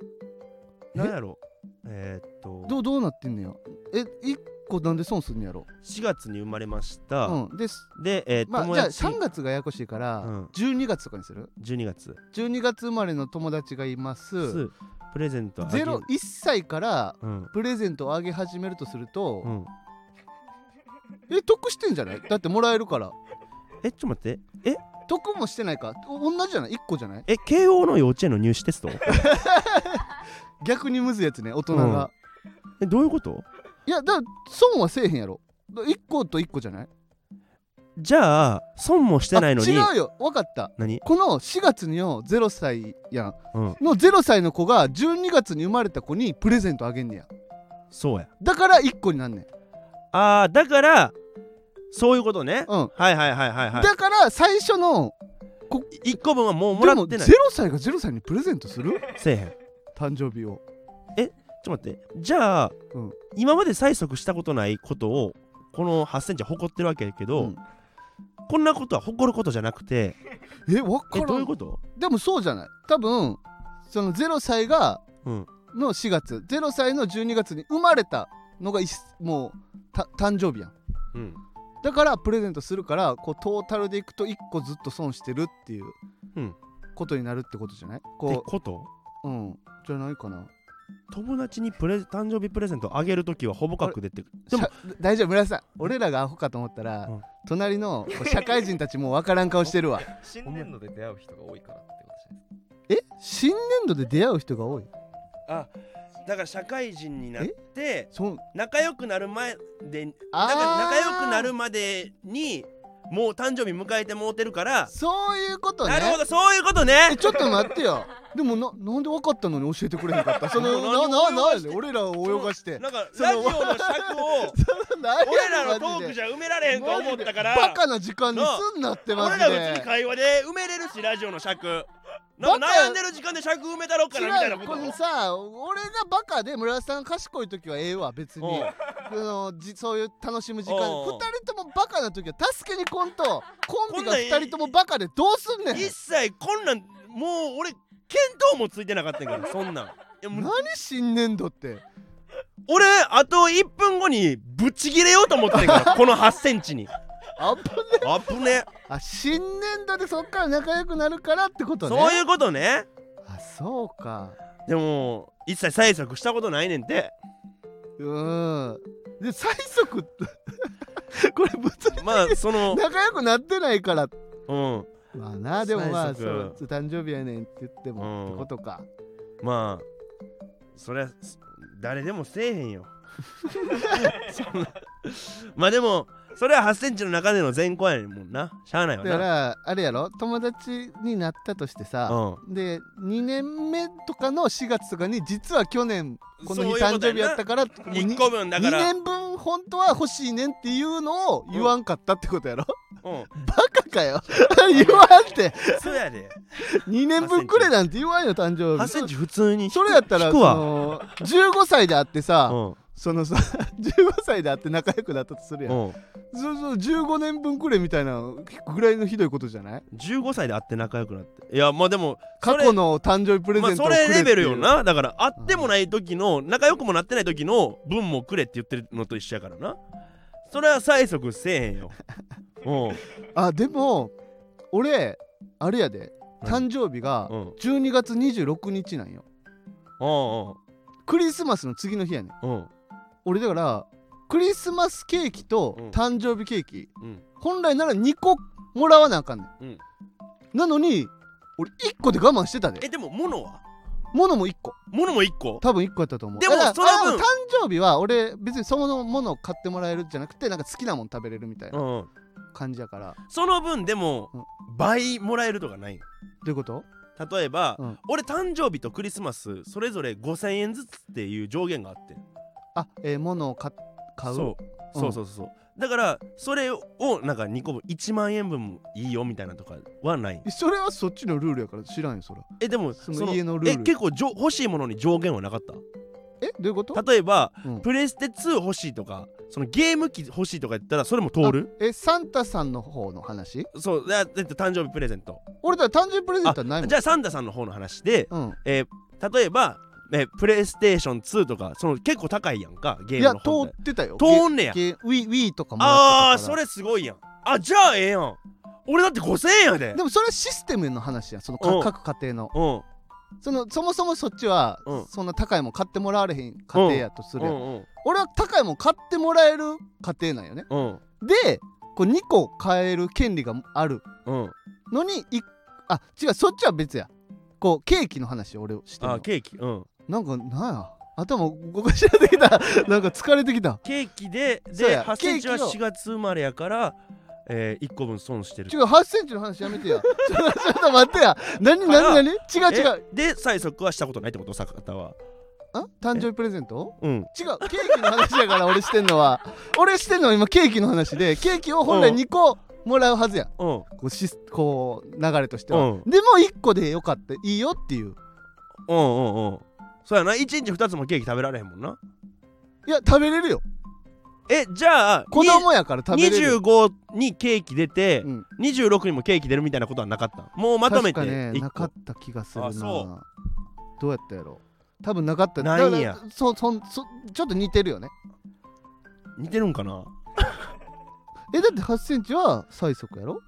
[SPEAKER 1] え
[SPEAKER 2] なんやろえー、っと
[SPEAKER 1] どうどうなってんのやえ1個なんで損すんのやろ、
[SPEAKER 2] 4月に生まれまし
[SPEAKER 1] う
[SPEAKER 2] た、
[SPEAKER 1] ん、です
[SPEAKER 2] で、えー
[SPEAKER 1] まあ
[SPEAKER 2] 友
[SPEAKER 1] じゃあ
[SPEAKER 2] 達
[SPEAKER 1] 3月がややこしいから、
[SPEAKER 2] うん
[SPEAKER 1] 12月とかにする
[SPEAKER 2] 12月
[SPEAKER 1] 12月生まれの友達がいます
[SPEAKER 2] すプレゼントあげる
[SPEAKER 1] 01歳から
[SPEAKER 2] うん
[SPEAKER 1] プレゼントをあげ始めるとすると、
[SPEAKER 2] うん
[SPEAKER 1] え得してんじゃないだってもらえるから
[SPEAKER 2] えちょっと待ってえ
[SPEAKER 1] 得もしてないかお同じじゃない1個じゃない
[SPEAKER 2] え慶応の幼稚園の入試テスト
[SPEAKER 1] 逆にむずいやつね大人が、
[SPEAKER 2] えどういうこと
[SPEAKER 1] いやだから損はせえへんやろ1個と1個じゃない
[SPEAKER 2] じゃあ損もしてないのに
[SPEAKER 1] あ違うよ分かった
[SPEAKER 2] 何
[SPEAKER 1] この4月の0歳やん
[SPEAKER 2] うん
[SPEAKER 1] の0歳の子が12月に生まれた子にプレゼントあげんねや
[SPEAKER 2] そうや
[SPEAKER 1] だから1個になんねん、
[SPEAKER 2] あーだからそういうことね
[SPEAKER 1] うん
[SPEAKER 2] はいはいはいはいはい
[SPEAKER 1] だから最初の
[SPEAKER 2] 1個分はもうもらって
[SPEAKER 1] でも
[SPEAKER 2] ない
[SPEAKER 1] 0歳が0歳にプレゼントす
[SPEAKER 2] [laughs]
[SPEAKER 1] る
[SPEAKER 2] せえへんち
[SPEAKER 1] 誕
[SPEAKER 2] ょ
[SPEAKER 1] 生日を
[SPEAKER 2] っと待ってじゃあ、
[SPEAKER 1] うん
[SPEAKER 2] 今まで催促したことないことをこの8センチは誇ってるわけやけ
[SPEAKER 1] う
[SPEAKER 2] ど、
[SPEAKER 1] ん
[SPEAKER 2] こんなことは誇ることじゃなくて
[SPEAKER 1] え分か
[SPEAKER 2] え
[SPEAKER 1] らん
[SPEAKER 2] どういうこと
[SPEAKER 1] でもそうじゃない多分その0歳が
[SPEAKER 2] うん
[SPEAKER 1] の4月0歳の12月に生まれたのがいっもうた誕生日やん
[SPEAKER 2] うん
[SPEAKER 1] だからプレゼントするからこうトータルでいくと1個ずっと損してるっていう
[SPEAKER 2] うん
[SPEAKER 1] ことになるってことじゃない
[SPEAKER 2] って
[SPEAKER 1] こ
[SPEAKER 2] こと
[SPEAKER 1] ううんじゃないかな
[SPEAKER 2] 友達にプレ誕生日プレゼントあげるときはほぼ確でってで
[SPEAKER 1] で
[SPEAKER 2] も
[SPEAKER 1] も大丈夫村田さん俺らがアホかと思ったら、
[SPEAKER 2] うん
[SPEAKER 1] 隣のこう社会人たちもう分からん顔してる
[SPEAKER 2] [laughs]
[SPEAKER 1] わ
[SPEAKER 3] 新年度で出会う人が多いからってことじゃないで
[SPEAKER 1] え新年度で出会う人が多い
[SPEAKER 2] あだから社会人になって
[SPEAKER 1] そう
[SPEAKER 2] 仲良くなる前で
[SPEAKER 1] あー
[SPEAKER 2] なんか仲良くなるまでにもう誕生日迎えてもうてるから、
[SPEAKER 1] そういうことね
[SPEAKER 2] なるほどそういうこ
[SPEAKER 1] [laughs]
[SPEAKER 2] と
[SPEAKER 1] え
[SPEAKER 2] ね
[SPEAKER 1] ちょっと待ってよでもななんで分かったのに教えてくれへんかったその
[SPEAKER 2] もう
[SPEAKER 1] な
[SPEAKER 2] 何を
[SPEAKER 1] なな
[SPEAKER 2] 泳がして
[SPEAKER 1] 俺らを泳がして
[SPEAKER 2] なんか
[SPEAKER 1] [laughs] そ
[SPEAKER 2] ラジ
[SPEAKER 1] の
[SPEAKER 2] オの尺を俺らのトークじ
[SPEAKER 1] ゃ
[SPEAKER 2] ゃ埋められへんと思ったから
[SPEAKER 1] バカな時間にすんなってま
[SPEAKER 2] 俺
[SPEAKER 1] す
[SPEAKER 2] ら普通に
[SPEAKER 1] ね
[SPEAKER 2] 会話で埋めれるしラジオの尺なんか
[SPEAKER 1] バカ
[SPEAKER 2] 悩んでる時間で尺埋めたろっかなみたい
[SPEAKER 1] 違
[SPEAKER 2] な
[SPEAKER 1] う
[SPEAKER 2] こ
[SPEAKER 1] ことれさ俺がバカで村田さんが賢い時はええわ別に
[SPEAKER 2] うん
[SPEAKER 1] そのじそういう楽しむ時間
[SPEAKER 2] おう
[SPEAKER 1] 2
[SPEAKER 2] おう
[SPEAKER 1] 人ともバカな時は助けにコントコンビが
[SPEAKER 2] こんなん
[SPEAKER 1] 2人ともバカでどうすんねん
[SPEAKER 2] 一切こんなんもう俺見当もついてなかったんやからそんなんいやもう
[SPEAKER 1] 何新年度って
[SPEAKER 2] 俺あと1分後にぶち切れようと思ってんやからこの8セン
[SPEAKER 1] [laughs]
[SPEAKER 2] チに
[SPEAKER 1] あぶね
[SPEAKER 2] あぶね
[SPEAKER 1] あ新年度でそっから仲良くなるからってことね
[SPEAKER 2] そういうことね
[SPEAKER 1] あそうか
[SPEAKER 2] でも一切催促したことないねんて
[SPEAKER 1] うーんで最速ってこれ物理 [laughs]
[SPEAKER 2] まあその
[SPEAKER 1] 仲良くなってないから
[SPEAKER 2] うん
[SPEAKER 1] まあなでもまあ
[SPEAKER 2] 最
[SPEAKER 1] そ
[SPEAKER 2] 速
[SPEAKER 1] う誕生日やねんって言っても、
[SPEAKER 2] うん
[SPEAKER 1] ってことか
[SPEAKER 2] まあそりゃす誰でもせえへんよ [laughs] そんなまあでもそれは8センチの中での全校やねんもんなしゃあない
[SPEAKER 1] だ
[SPEAKER 2] わ
[SPEAKER 1] か
[SPEAKER 2] な
[SPEAKER 1] らあれやろ友達になったとしてさ、
[SPEAKER 2] うん
[SPEAKER 1] で2年目とかの4月とかに実は去年この日
[SPEAKER 2] そういう
[SPEAKER 1] 誕
[SPEAKER 2] こ
[SPEAKER 1] 生
[SPEAKER 2] とやな
[SPEAKER 1] 日やったから
[SPEAKER 2] 1個分だか
[SPEAKER 1] 2
[SPEAKER 2] ら、
[SPEAKER 1] 年分本当は欲しいねんっていうのを言わんかったってことや
[SPEAKER 2] [laughs]
[SPEAKER 1] ろ、
[SPEAKER 2] うん、
[SPEAKER 1] バカかよ [laughs] 言わんって
[SPEAKER 2] そうやで
[SPEAKER 1] 2年分くれなんて言わんよ誕生
[SPEAKER 2] 8
[SPEAKER 1] 日
[SPEAKER 2] センチ普通に引く
[SPEAKER 1] [laughs] それやったら
[SPEAKER 2] 引
[SPEAKER 1] そ
[SPEAKER 2] くわ、
[SPEAKER 1] の15歳であってさ、
[SPEAKER 2] うん
[SPEAKER 1] そのさ [laughs] 15歳であって仲良くなったとするやん、
[SPEAKER 2] うん、
[SPEAKER 1] そうそう15年分くれみたいなぐらいのひどいことじゃない
[SPEAKER 2] 15歳で会って仲良くなっていやまあでも
[SPEAKER 1] 過去の誕生日プレ
[SPEAKER 2] ま
[SPEAKER 1] ゼ
[SPEAKER 2] あ
[SPEAKER 1] ント
[SPEAKER 2] そ
[SPEAKER 1] をくれっ
[SPEAKER 2] れ
[SPEAKER 1] ていう
[SPEAKER 2] レベルよなだから会ってもない時の仲良くもなってない時の分もくれって言ってるのと一緒やからなそれは催促せえへん
[SPEAKER 1] [laughs]
[SPEAKER 2] よう
[SPEAKER 1] あでも俺あれやで
[SPEAKER 2] 何
[SPEAKER 1] 誕生日が
[SPEAKER 2] んうんうん
[SPEAKER 1] 12月26日なんよクリスマスの次の日やねん
[SPEAKER 2] うんうん
[SPEAKER 1] 俺だからクリスマスケーキと
[SPEAKER 2] うん
[SPEAKER 1] 誕生日ケーキ、
[SPEAKER 2] うん
[SPEAKER 1] 本来なら2個もらわなあかんねん、
[SPEAKER 2] うん
[SPEAKER 1] なのに俺1個で我慢してた
[SPEAKER 2] え
[SPEAKER 1] で
[SPEAKER 2] でも物は
[SPEAKER 1] 物も1個
[SPEAKER 2] 物も1個
[SPEAKER 1] 多分1個やったと思う
[SPEAKER 2] でも
[SPEAKER 1] だから
[SPEAKER 2] その分
[SPEAKER 1] あ誕生日は俺別にそのものを買ってもらえるじゃなくてなんか好きなもの食べれるみたいな
[SPEAKER 2] うん
[SPEAKER 1] 感じやから、ど
[SPEAKER 2] その分でも
[SPEAKER 1] うん
[SPEAKER 2] 倍もらえるとかないう
[SPEAKER 1] いうこと
[SPEAKER 2] 例えば、
[SPEAKER 1] うん
[SPEAKER 2] 俺誕生日とクリスマスそれぞれ5000円ずつっていう上限があって
[SPEAKER 1] あえー、物を買買う
[SPEAKER 2] そう
[SPEAKER 1] うん
[SPEAKER 2] そうそうそうそうだからそれをなんか2個分1万円分もいいよみたいなとかはない
[SPEAKER 1] えそれはそっちのルールやから知らんよそら
[SPEAKER 2] えでも
[SPEAKER 1] その家のルール
[SPEAKER 2] え結構じょ欲しいものに上限はなかった
[SPEAKER 1] えどういうこと
[SPEAKER 2] 例えば、
[SPEAKER 1] うん
[SPEAKER 2] プレステ2欲しいとかそのゲーム機欲しいとか言ったらそれも通る
[SPEAKER 1] えサンタさんの方の話
[SPEAKER 2] そうだだって誕生日プレゼント
[SPEAKER 1] 俺だから誕生日プレゼントはないもん
[SPEAKER 2] じゃあサンダさんの方の話で、
[SPEAKER 1] うん
[SPEAKER 2] えー例えば、えープレイステーション2とかその結構高いやんかゲー
[SPEAKER 1] いや
[SPEAKER 2] ムの
[SPEAKER 1] 通
[SPEAKER 2] 方って
[SPEAKER 1] ってたよ
[SPEAKER 2] 通んねや
[SPEAKER 1] ゲウィウィとかも
[SPEAKER 2] あ
[SPEAKER 1] ら
[SPEAKER 2] あ
[SPEAKER 1] っ
[SPEAKER 2] ー
[SPEAKER 1] てた
[SPEAKER 2] そ
[SPEAKER 1] から
[SPEAKER 2] れすごいやんあじゃあええやん俺だって5000円やで
[SPEAKER 1] でもそれはシステムの話やんそのか
[SPEAKER 2] うん
[SPEAKER 1] 各家庭の
[SPEAKER 2] うん
[SPEAKER 1] そのそもそもそっちは、
[SPEAKER 2] うん
[SPEAKER 1] そんな高いもん買ってもらわれへん家庭やとす
[SPEAKER 2] う
[SPEAKER 1] るやん、
[SPEAKER 2] ん
[SPEAKER 1] 俺は高いもん買ってもらえる家庭なんよね
[SPEAKER 2] うん
[SPEAKER 1] でこう2個買える権利がある
[SPEAKER 2] うん
[SPEAKER 1] のにいあ違うそっちは別やこうケーキの話俺をしてるの
[SPEAKER 2] あケーキうん
[SPEAKER 1] なんかなんや頭ごかしらってきた [laughs] なんか疲れてきた
[SPEAKER 2] ケーキで
[SPEAKER 1] そう
[SPEAKER 2] で
[SPEAKER 1] や
[SPEAKER 2] 8センチは
[SPEAKER 1] ケーキ
[SPEAKER 2] 4月生まれやからえ1個分損してる
[SPEAKER 1] 違う8センチの話やめてや [laughs] ちょっとちょっと待ってや何何何違う違う
[SPEAKER 2] えで催促はしたことないってこと坂田は
[SPEAKER 1] あ誕生日プレゼント
[SPEAKER 2] うん
[SPEAKER 1] 違うケーキの話やから俺してんのは俺してんのは今ケーキの話でケーキを本来
[SPEAKER 2] うん
[SPEAKER 1] 2個もらうはずやん
[SPEAKER 2] うん
[SPEAKER 1] こうしこう流れとしては、
[SPEAKER 2] うん
[SPEAKER 1] でも1個でよかったいいよっていう
[SPEAKER 2] うんうんうんそうやな1日2つもケーキ食べられへんもんない
[SPEAKER 1] や食べれるよ
[SPEAKER 2] えじゃあ
[SPEAKER 1] 子供やから食べれる
[SPEAKER 2] 25にケーキ出て、
[SPEAKER 1] うん
[SPEAKER 2] 26にもケーキ出るみたいなことはなかったもうまとめて
[SPEAKER 1] 確かね
[SPEAKER 2] 一個
[SPEAKER 1] なかった気がするな
[SPEAKER 2] あそ
[SPEAKER 1] どうやったやろ多分なかった
[SPEAKER 2] ないんや
[SPEAKER 1] だからそうそんそちょっと似てるよね
[SPEAKER 2] 似てるんかな
[SPEAKER 1] えだって8センチは催促やろ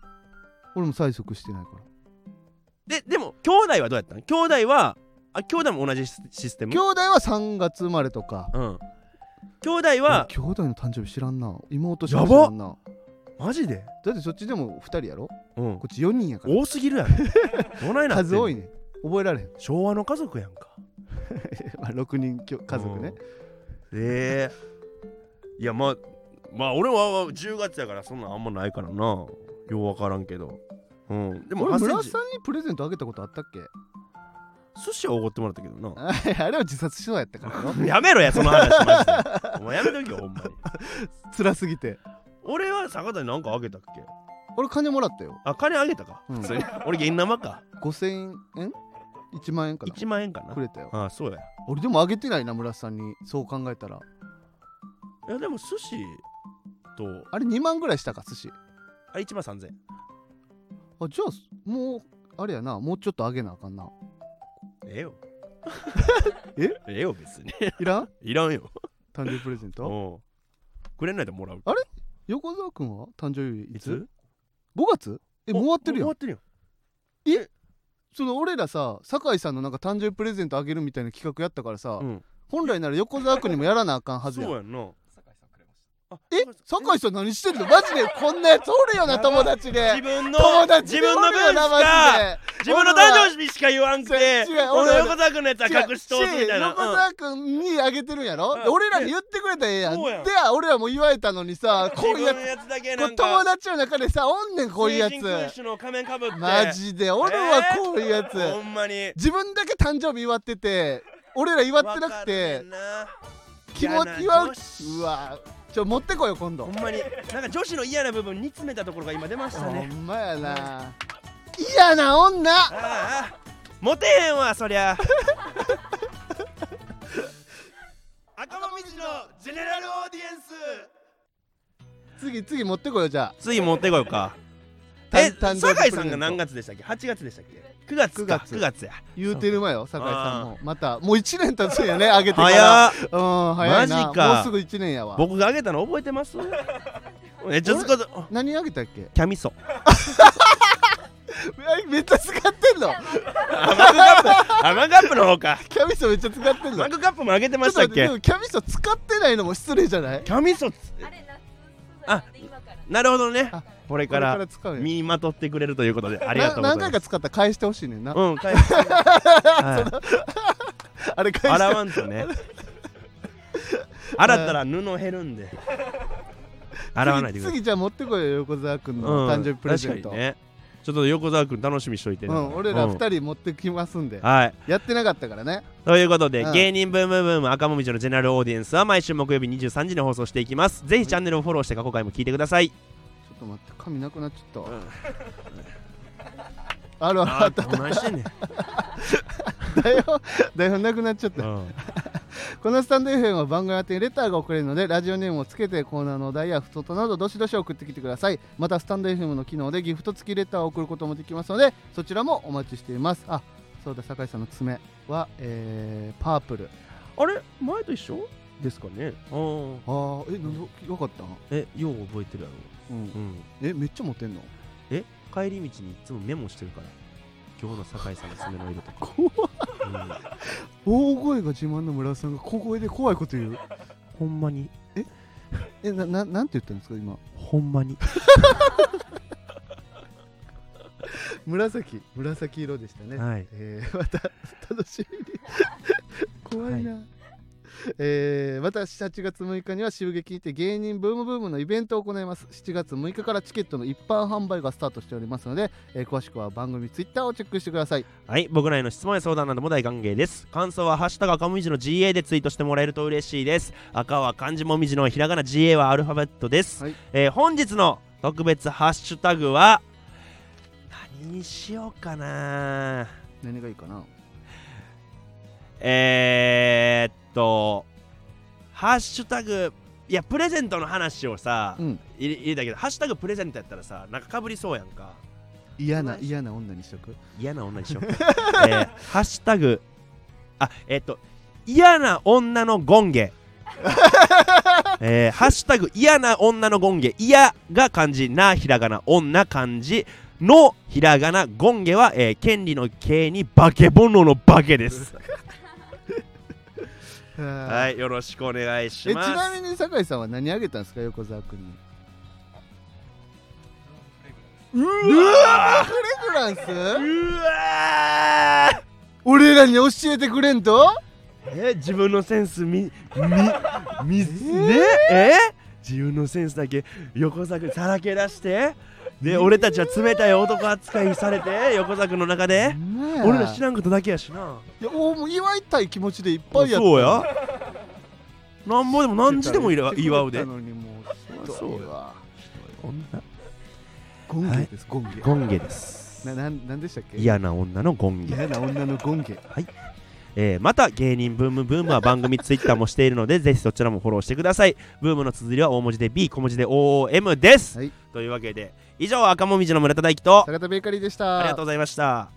[SPEAKER 1] 俺も催促してないから
[SPEAKER 2] ででも兄弟はどうやったん兄弟はあ兄弟も同じシスシステム
[SPEAKER 1] 兄弟は3月生まれとか
[SPEAKER 2] うん兄弟は
[SPEAKER 1] 兄弟の誕生日知らんな妹しか知らんな
[SPEAKER 2] マジで
[SPEAKER 1] だってそっちでも2人やろ
[SPEAKER 2] うん
[SPEAKER 1] こっち4人やから
[SPEAKER 2] 多すぎるやろどないなってん
[SPEAKER 1] 数
[SPEAKER 2] の
[SPEAKER 1] 多いね覚えられへん [laughs]
[SPEAKER 2] 昭和の家族やんか
[SPEAKER 1] まあ6人きょ家族ね、
[SPEAKER 2] うんええいやまあまあ俺は10月やからそんなんあんまないからなよう分からんけどうんでも
[SPEAKER 1] 俺
[SPEAKER 2] 8セン
[SPEAKER 1] 村
[SPEAKER 2] チ
[SPEAKER 1] 瀬さんにプレゼントあげたことあったっけ [laughs]
[SPEAKER 2] 寿司はおごってもらったけどな
[SPEAKER 1] あれは自殺し [laughs] そうやったからよ
[SPEAKER 2] [laughs] やめろやその話マ [laughs] ジでお前やめとけよほんまに
[SPEAKER 1] 辛すぎて
[SPEAKER 2] 俺は坂田に何かあげたっけ
[SPEAKER 1] 俺金もらったよ
[SPEAKER 2] あ金あげたか、
[SPEAKER 1] うん
[SPEAKER 2] 普通に俺現生か
[SPEAKER 1] 5000円1万円かな
[SPEAKER 2] 1万円かな
[SPEAKER 1] くれたよ
[SPEAKER 2] あそうや
[SPEAKER 1] 俺でもあげてないな村瀬さんにそう考えたら
[SPEAKER 2] いやでも寿司と
[SPEAKER 1] あれ2万ぐらいしたか寿司
[SPEAKER 2] あ1万3000円
[SPEAKER 1] あじゃあもうあれやなもうちょっとあげなあかんな
[SPEAKER 2] ええよ
[SPEAKER 1] え
[SPEAKER 2] ええよ別に
[SPEAKER 1] いらん
[SPEAKER 2] [laughs] いらんよ
[SPEAKER 1] 誕生日プレゼント
[SPEAKER 2] うんくれないでもらう
[SPEAKER 1] 横澤君は誕生日い
[SPEAKER 2] い
[SPEAKER 1] つ
[SPEAKER 2] つ
[SPEAKER 1] 5月えもう終わってるやん
[SPEAKER 2] もう終わってるよ
[SPEAKER 1] その俺らさ酒井さんのなんか誕生日プレゼントあげるみたいな企画やったからさ、
[SPEAKER 2] うん
[SPEAKER 1] 本来なら横澤君にもやらなあかんはずやん
[SPEAKER 2] そうやんな
[SPEAKER 3] 酒井さんくれまし
[SPEAKER 2] あ
[SPEAKER 1] え酒井さん何してんのマジでこんなやつおるよな友達
[SPEAKER 2] 自
[SPEAKER 1] で
[SPEAKER 2] 分の
[SPEAKER 1] 友達
[SPEAKER 2] 自
[SPEAKER 1] で
[SPEAKER 2] 分の
[SPEAKER 1] おるよ
[SPEAKER 2] 分し
[SPEAKER 1] なマ
[SPEAKER 2] か自分の誕
[SPEAKER 1] ジ
[SPEAKER 2] 生日しか言わんくて
[SPEAKER 1] 違う違う
[SPEAKER 2] 俺の
[SPEAKER 1] 俺
[SPEAKER 2] 横澤君のやつは
[SPEAKER 1] で違う
[SPEAKER 2] 隠し通すみた
[SPEAKER 1] 違
[SPEAKER 2] いな
[SPEAKER 1] う横澤君にあげてるんやろ、
[SPEAKER 2] うん
[SPEAKER 1] で俺らに言ってくれたらええやん
[SPEAKER 2] そうやん
[SPEAKER 1] で俺らも言われたのにさ
[SPEAKER 2] うん
[SPEAKER 1] こういう
[SPEAKER 2] 自
[SPEAKER 1] や
[SPEAKER 2] 分
[SPEAKER 1] つ
[SPEAKER 2] のやつだけ
[SPEAKER 1] こ
[SPEAKER 2] な
[SPEAKER 1] うん
[SPEAKER 2] か
[SPEAKER 1] 友達の中でさおんねんこういうや
[SPEAKER 2] 聖人君
[SPEAKER 1] つ
[SPEAKER 2] 主の仮面かぶって
[SPEAKER 1] マジでおるわこういうやつ、
[SPEAKER 2] ほんまに
[SPEAKER 1] 自分だけ誕生日祝ってて俺ら祝ってなく
[SPEAKER 2] わかる
[SPEAKER 1] て
[SPEAKER 2] ねんな
[SPEAKER 1] 気持ち
[SPEAKER 2] 嫌な
[SPEAKER 1] は
[SPEAKER 2] 女子
[SPEAKER 1] うわちょ持ってこいよ今度
[SPEAKER 2] ほんまになんか女子の嫌な部分煮詰めたところが今出ました
[SPEAKER 1] ほ
[SPEAKER 2] ね
[SPEAKER 1] んまやな嫌な女
[SPEAKER 2] ああモテへんわそりゃ [laughs] 赤もみじのジェネラルオーディエンス
[SPEAKER 1] 次次持ってこいよじゃ
[SPEAKER 2] 次持ってこようか
[SPEAKER 1] た
[SPEAKER 2] え
[SPEAKER 1] 誕生日
[SPEAKER 2] 酒井
[SPEAKER 1] プレ
[SPEAKER 2] さ
[SPEAKER 1] ゼン
[SPEAKER 2] ん
[SPEAKER 1] ト
[SPEAKER 2] が何月でしたっけ8月でしたっけ9月か
[SPEAKER 1] 9月
[SPEAKER 2] 9月月や
[SPEAKER 1] あ言うてるまよ酒井さんもまたもう1年経つんやねあげてから
[SPEAKER 2] 早っ
[SPEAKER 1] うん早いな
[SPEAKER 2] マジか
[SPEAKER 1] もうすぐ1年やわ
[SPEAKER 2] 僕があげたの覚えてます
[SPEAKER 1] [laughs]
[SPEAKER 2] えちょっとこ
[SPEAKER 1] 何あげたっけ
[SPEAKER 2] キャミソ
[SPEAKER 1] えめっちゃ使ってんの
[SPEAKER 2] あマグカップあマグカップの方か
[SPEAKER 1] キャミソめっちゃ使ってんの
[SPEAKER 2] マグカップもあげてまし
[SPEAKER 1] ちょっ
[SPEAKER 2] たっ
[SPEAKER 1] と待って
[SPEAKER 2] け
[SPEAKER 1] でもキャミソ使ってないのも失礼じゃない
[SPEAKER 2] キャミソつ
[SPEAKER 4] あれ夏素材
[SPEAKER 2] あ
[SPEAKER 4] なんで今から
[SPEAKER 2] なるほどね
[SPEAKER 1] あ
[SPEAKER 2] これ
[SPEAKER 1] これか
[SPEAKER 2] か
[SPEAKER 1] らら使うよ
[SPEAKER 2] 身にまとってくれるということでありがとうござい
[SPEAKER 1] な何
[SPEAKER 2] ます
[SPEAKER 1] 回か使ったら返してほしいねんな、
[SPEAKER 2] うん返して
[SPEAKER 1] [laughs]
[SPEAKER 2] はい
[SPEAKER 1] あれ返して
[SPEAKER 2] 洗わんとね洗ったら布減るんで洗わないでください
[SPEAKER 1] 次次じゃあ持ってこいよ横澤君
[SPEAKER 2] う
[SPEAKER 1] の
[SPEAKER 2] ん
[SPEAKER 1] 誕生日プレゼント、
[SPEAKER 2] 確かにねちょっと横澤君楽しみにしといて
[SPEAKER 1] う
[SPEAKER 2] ね
[SPEAKER 1] ん、俺ら
[SPEAKER 2] うん
[SPEAKER 1] 2人持ってきますんで、
[SPEAKER 2] はい
[SPEAKER 1] やってなかったからね
[SPEAKER 2] ということで、
[SPEAKER 1] うん
[SPEAKER 2] 芸人ブームブーム赤もみじのジェネラルオーディエンスは毎週木曜日23時に放送していきますぜひチャンネルをフォローして過去回も聞いてください
[SPEAKER 1] ちょっと待って髪なくなっちゃった、
[SPEAKER 2] うん
[SPEAKER 1] [laughs] あるあるあった
[SPEAKER 2] 何してんねん、
[SPEAKER 1] 台本台本なくなっちゃった、
[SPEAKER 2] うん
[SPEAKER 1] このスタンド FM は番組宛てにレターが送れるのでラジオネームをつけてコーナーのお題や太となどどしどし送ってきてくださいまたスタンド FM の機能でギフト付きレターを送ることもできますのでそちらもお待ちしていますあそうだ酒井さんの爪は、えー、パープル
[SPEAKER 2] あれ前と一緒ですかねうん
[SPEAKER 1] あーえなんでよかったん
[SPEAKER 2] えよう覚えてるやろ、
[SPEAKER 1] うん
[SPEAKER 2] うん、
[SPEAKER 1] えめっちゃモテんの
[SPEAKER 2] え帰り道にいつもメモしてるから今日の酒井さんの爪の色とか
[SPEAKER 1] 怖大声が自慢の村田さんが小声で怖いこと言う
[SPEAKER 2] ほんまに
[SPEAKER 1] えなななんて言ったんですか今
[SPEAKER 2] ほんまに
[SPEAKER 1] 紫紫色でしたね
[SPEAKER 2] はい
[SPEAKER 1] えー [laughs] また楽し
[SPEAKER 2] [laughs]
[SPEAKER 1] みに怖いな、
[SPEAKER 2] は
[SPEAKER 1] えーまた7月6日には襲撃にて芸人ブームブームのイベントを行います7月6日からチケットの一般販売がスタートしておりますので、えー詳しくは番組ツイッターをチェックしてください
[SPEAKER 2] はい僕らへの質問や相談なども大歓迎です感想は「ハッシュタグ赤もみじの GA」でツイートしてもらえると嬉しいです赤は漢字もみじのひらがな GA はアルファベットです、
[SPEAKER 1] はい
[SPEAKER 2] えー本日の特別ハッシュタグは何にしようかな
[SPEAKER 1] 何がいいかな
[SPEAKER 2] えー、っとハッシュタグいやプレゼントの話をさ、
[SPEAKER 1] うん
[SPEAKER 2] 入れ入れたけどハッシュタグプレゼントやったらさなんかかぶりそうやんか
[SPEAKER 1] 嫌な嫌な女にしとく
[SPEAKER 2] 嫌な女にしようか、 [laughs] えーハッシュタグあえーっと嫌な女のゴン
[SPEAKER 1] [laughs]
[SPEAKER 2] ゲえーハッシュタグ嫌な女のゴンゲ嫌が漢字なひらがな女漢字のひらがなゴンゲは、えー権利の刑に化け物の化けですは、
[SPEAKER 1] はい
[SPEAKER 2] よろしくお願いし
[SPEAKER 1] えち
[SPEAKER 2] ます。
[SPEAKER 1] なみに酒井さんは何あげたんですか横澤君に
[SPEAKER 2] う
[SPEAKER 1] わ
[SPEAKER 2] わ
[SPEAKER 1] フレグラ
[SPEAKER 2] ー
[SPEAKER 1] ンス
[SPEAKER 2] うわー
[SPEAKER 1] 俺らに教えてくれんと
[SPEAKER 2] え自分のセンスみみみねえ自分のセンスだけ横作さらけ出してで俺たちは冷たい男扱いされて横作の中で
[SPEAKER 1] ねえ
[SPEAKER 2] 俺ら知らんことだけやしない
[SPEAKER 1] やおもう祝いたい気持ちでいっぱいやった
[SPEAKER 2] そうやなんぼでも何時でもいれ
[SPEAKER 1] [laughs]
[SPEAKER 2] 祝うで
[SPEAKER 1] のにもう
[SPEAKER 2] そう
[SPEAKER 1] や
[SPEAKER 2] 女
[SPEAKER 1] ゴンゲです、ゴンゲ
[SPEAKER 2] ゴンゲです
[SPEAKER 1] ななんなんでしたっけ
[SPEAKER 2] 嫌な女のゴンゲ
[SPEAKER 1] 嫌な女のゴンゲ
[SPEAKER 2] えーまた芸人ブームブームは番組ツイッターもしてい
[SPEAKER 1] [laughs]
[SPEAKER 2] るのでぜひそちらもフォローしてくださいブームの綴りは大文字で B 小文字で OOM です、
[SPEAKER 1] はい
[SPEAKER 2] というわけで以上赤もみじの村田大樹と
[SPEAKER 1] 坂田ベーカリーでした
[SPEAKER 2] ありがとうございました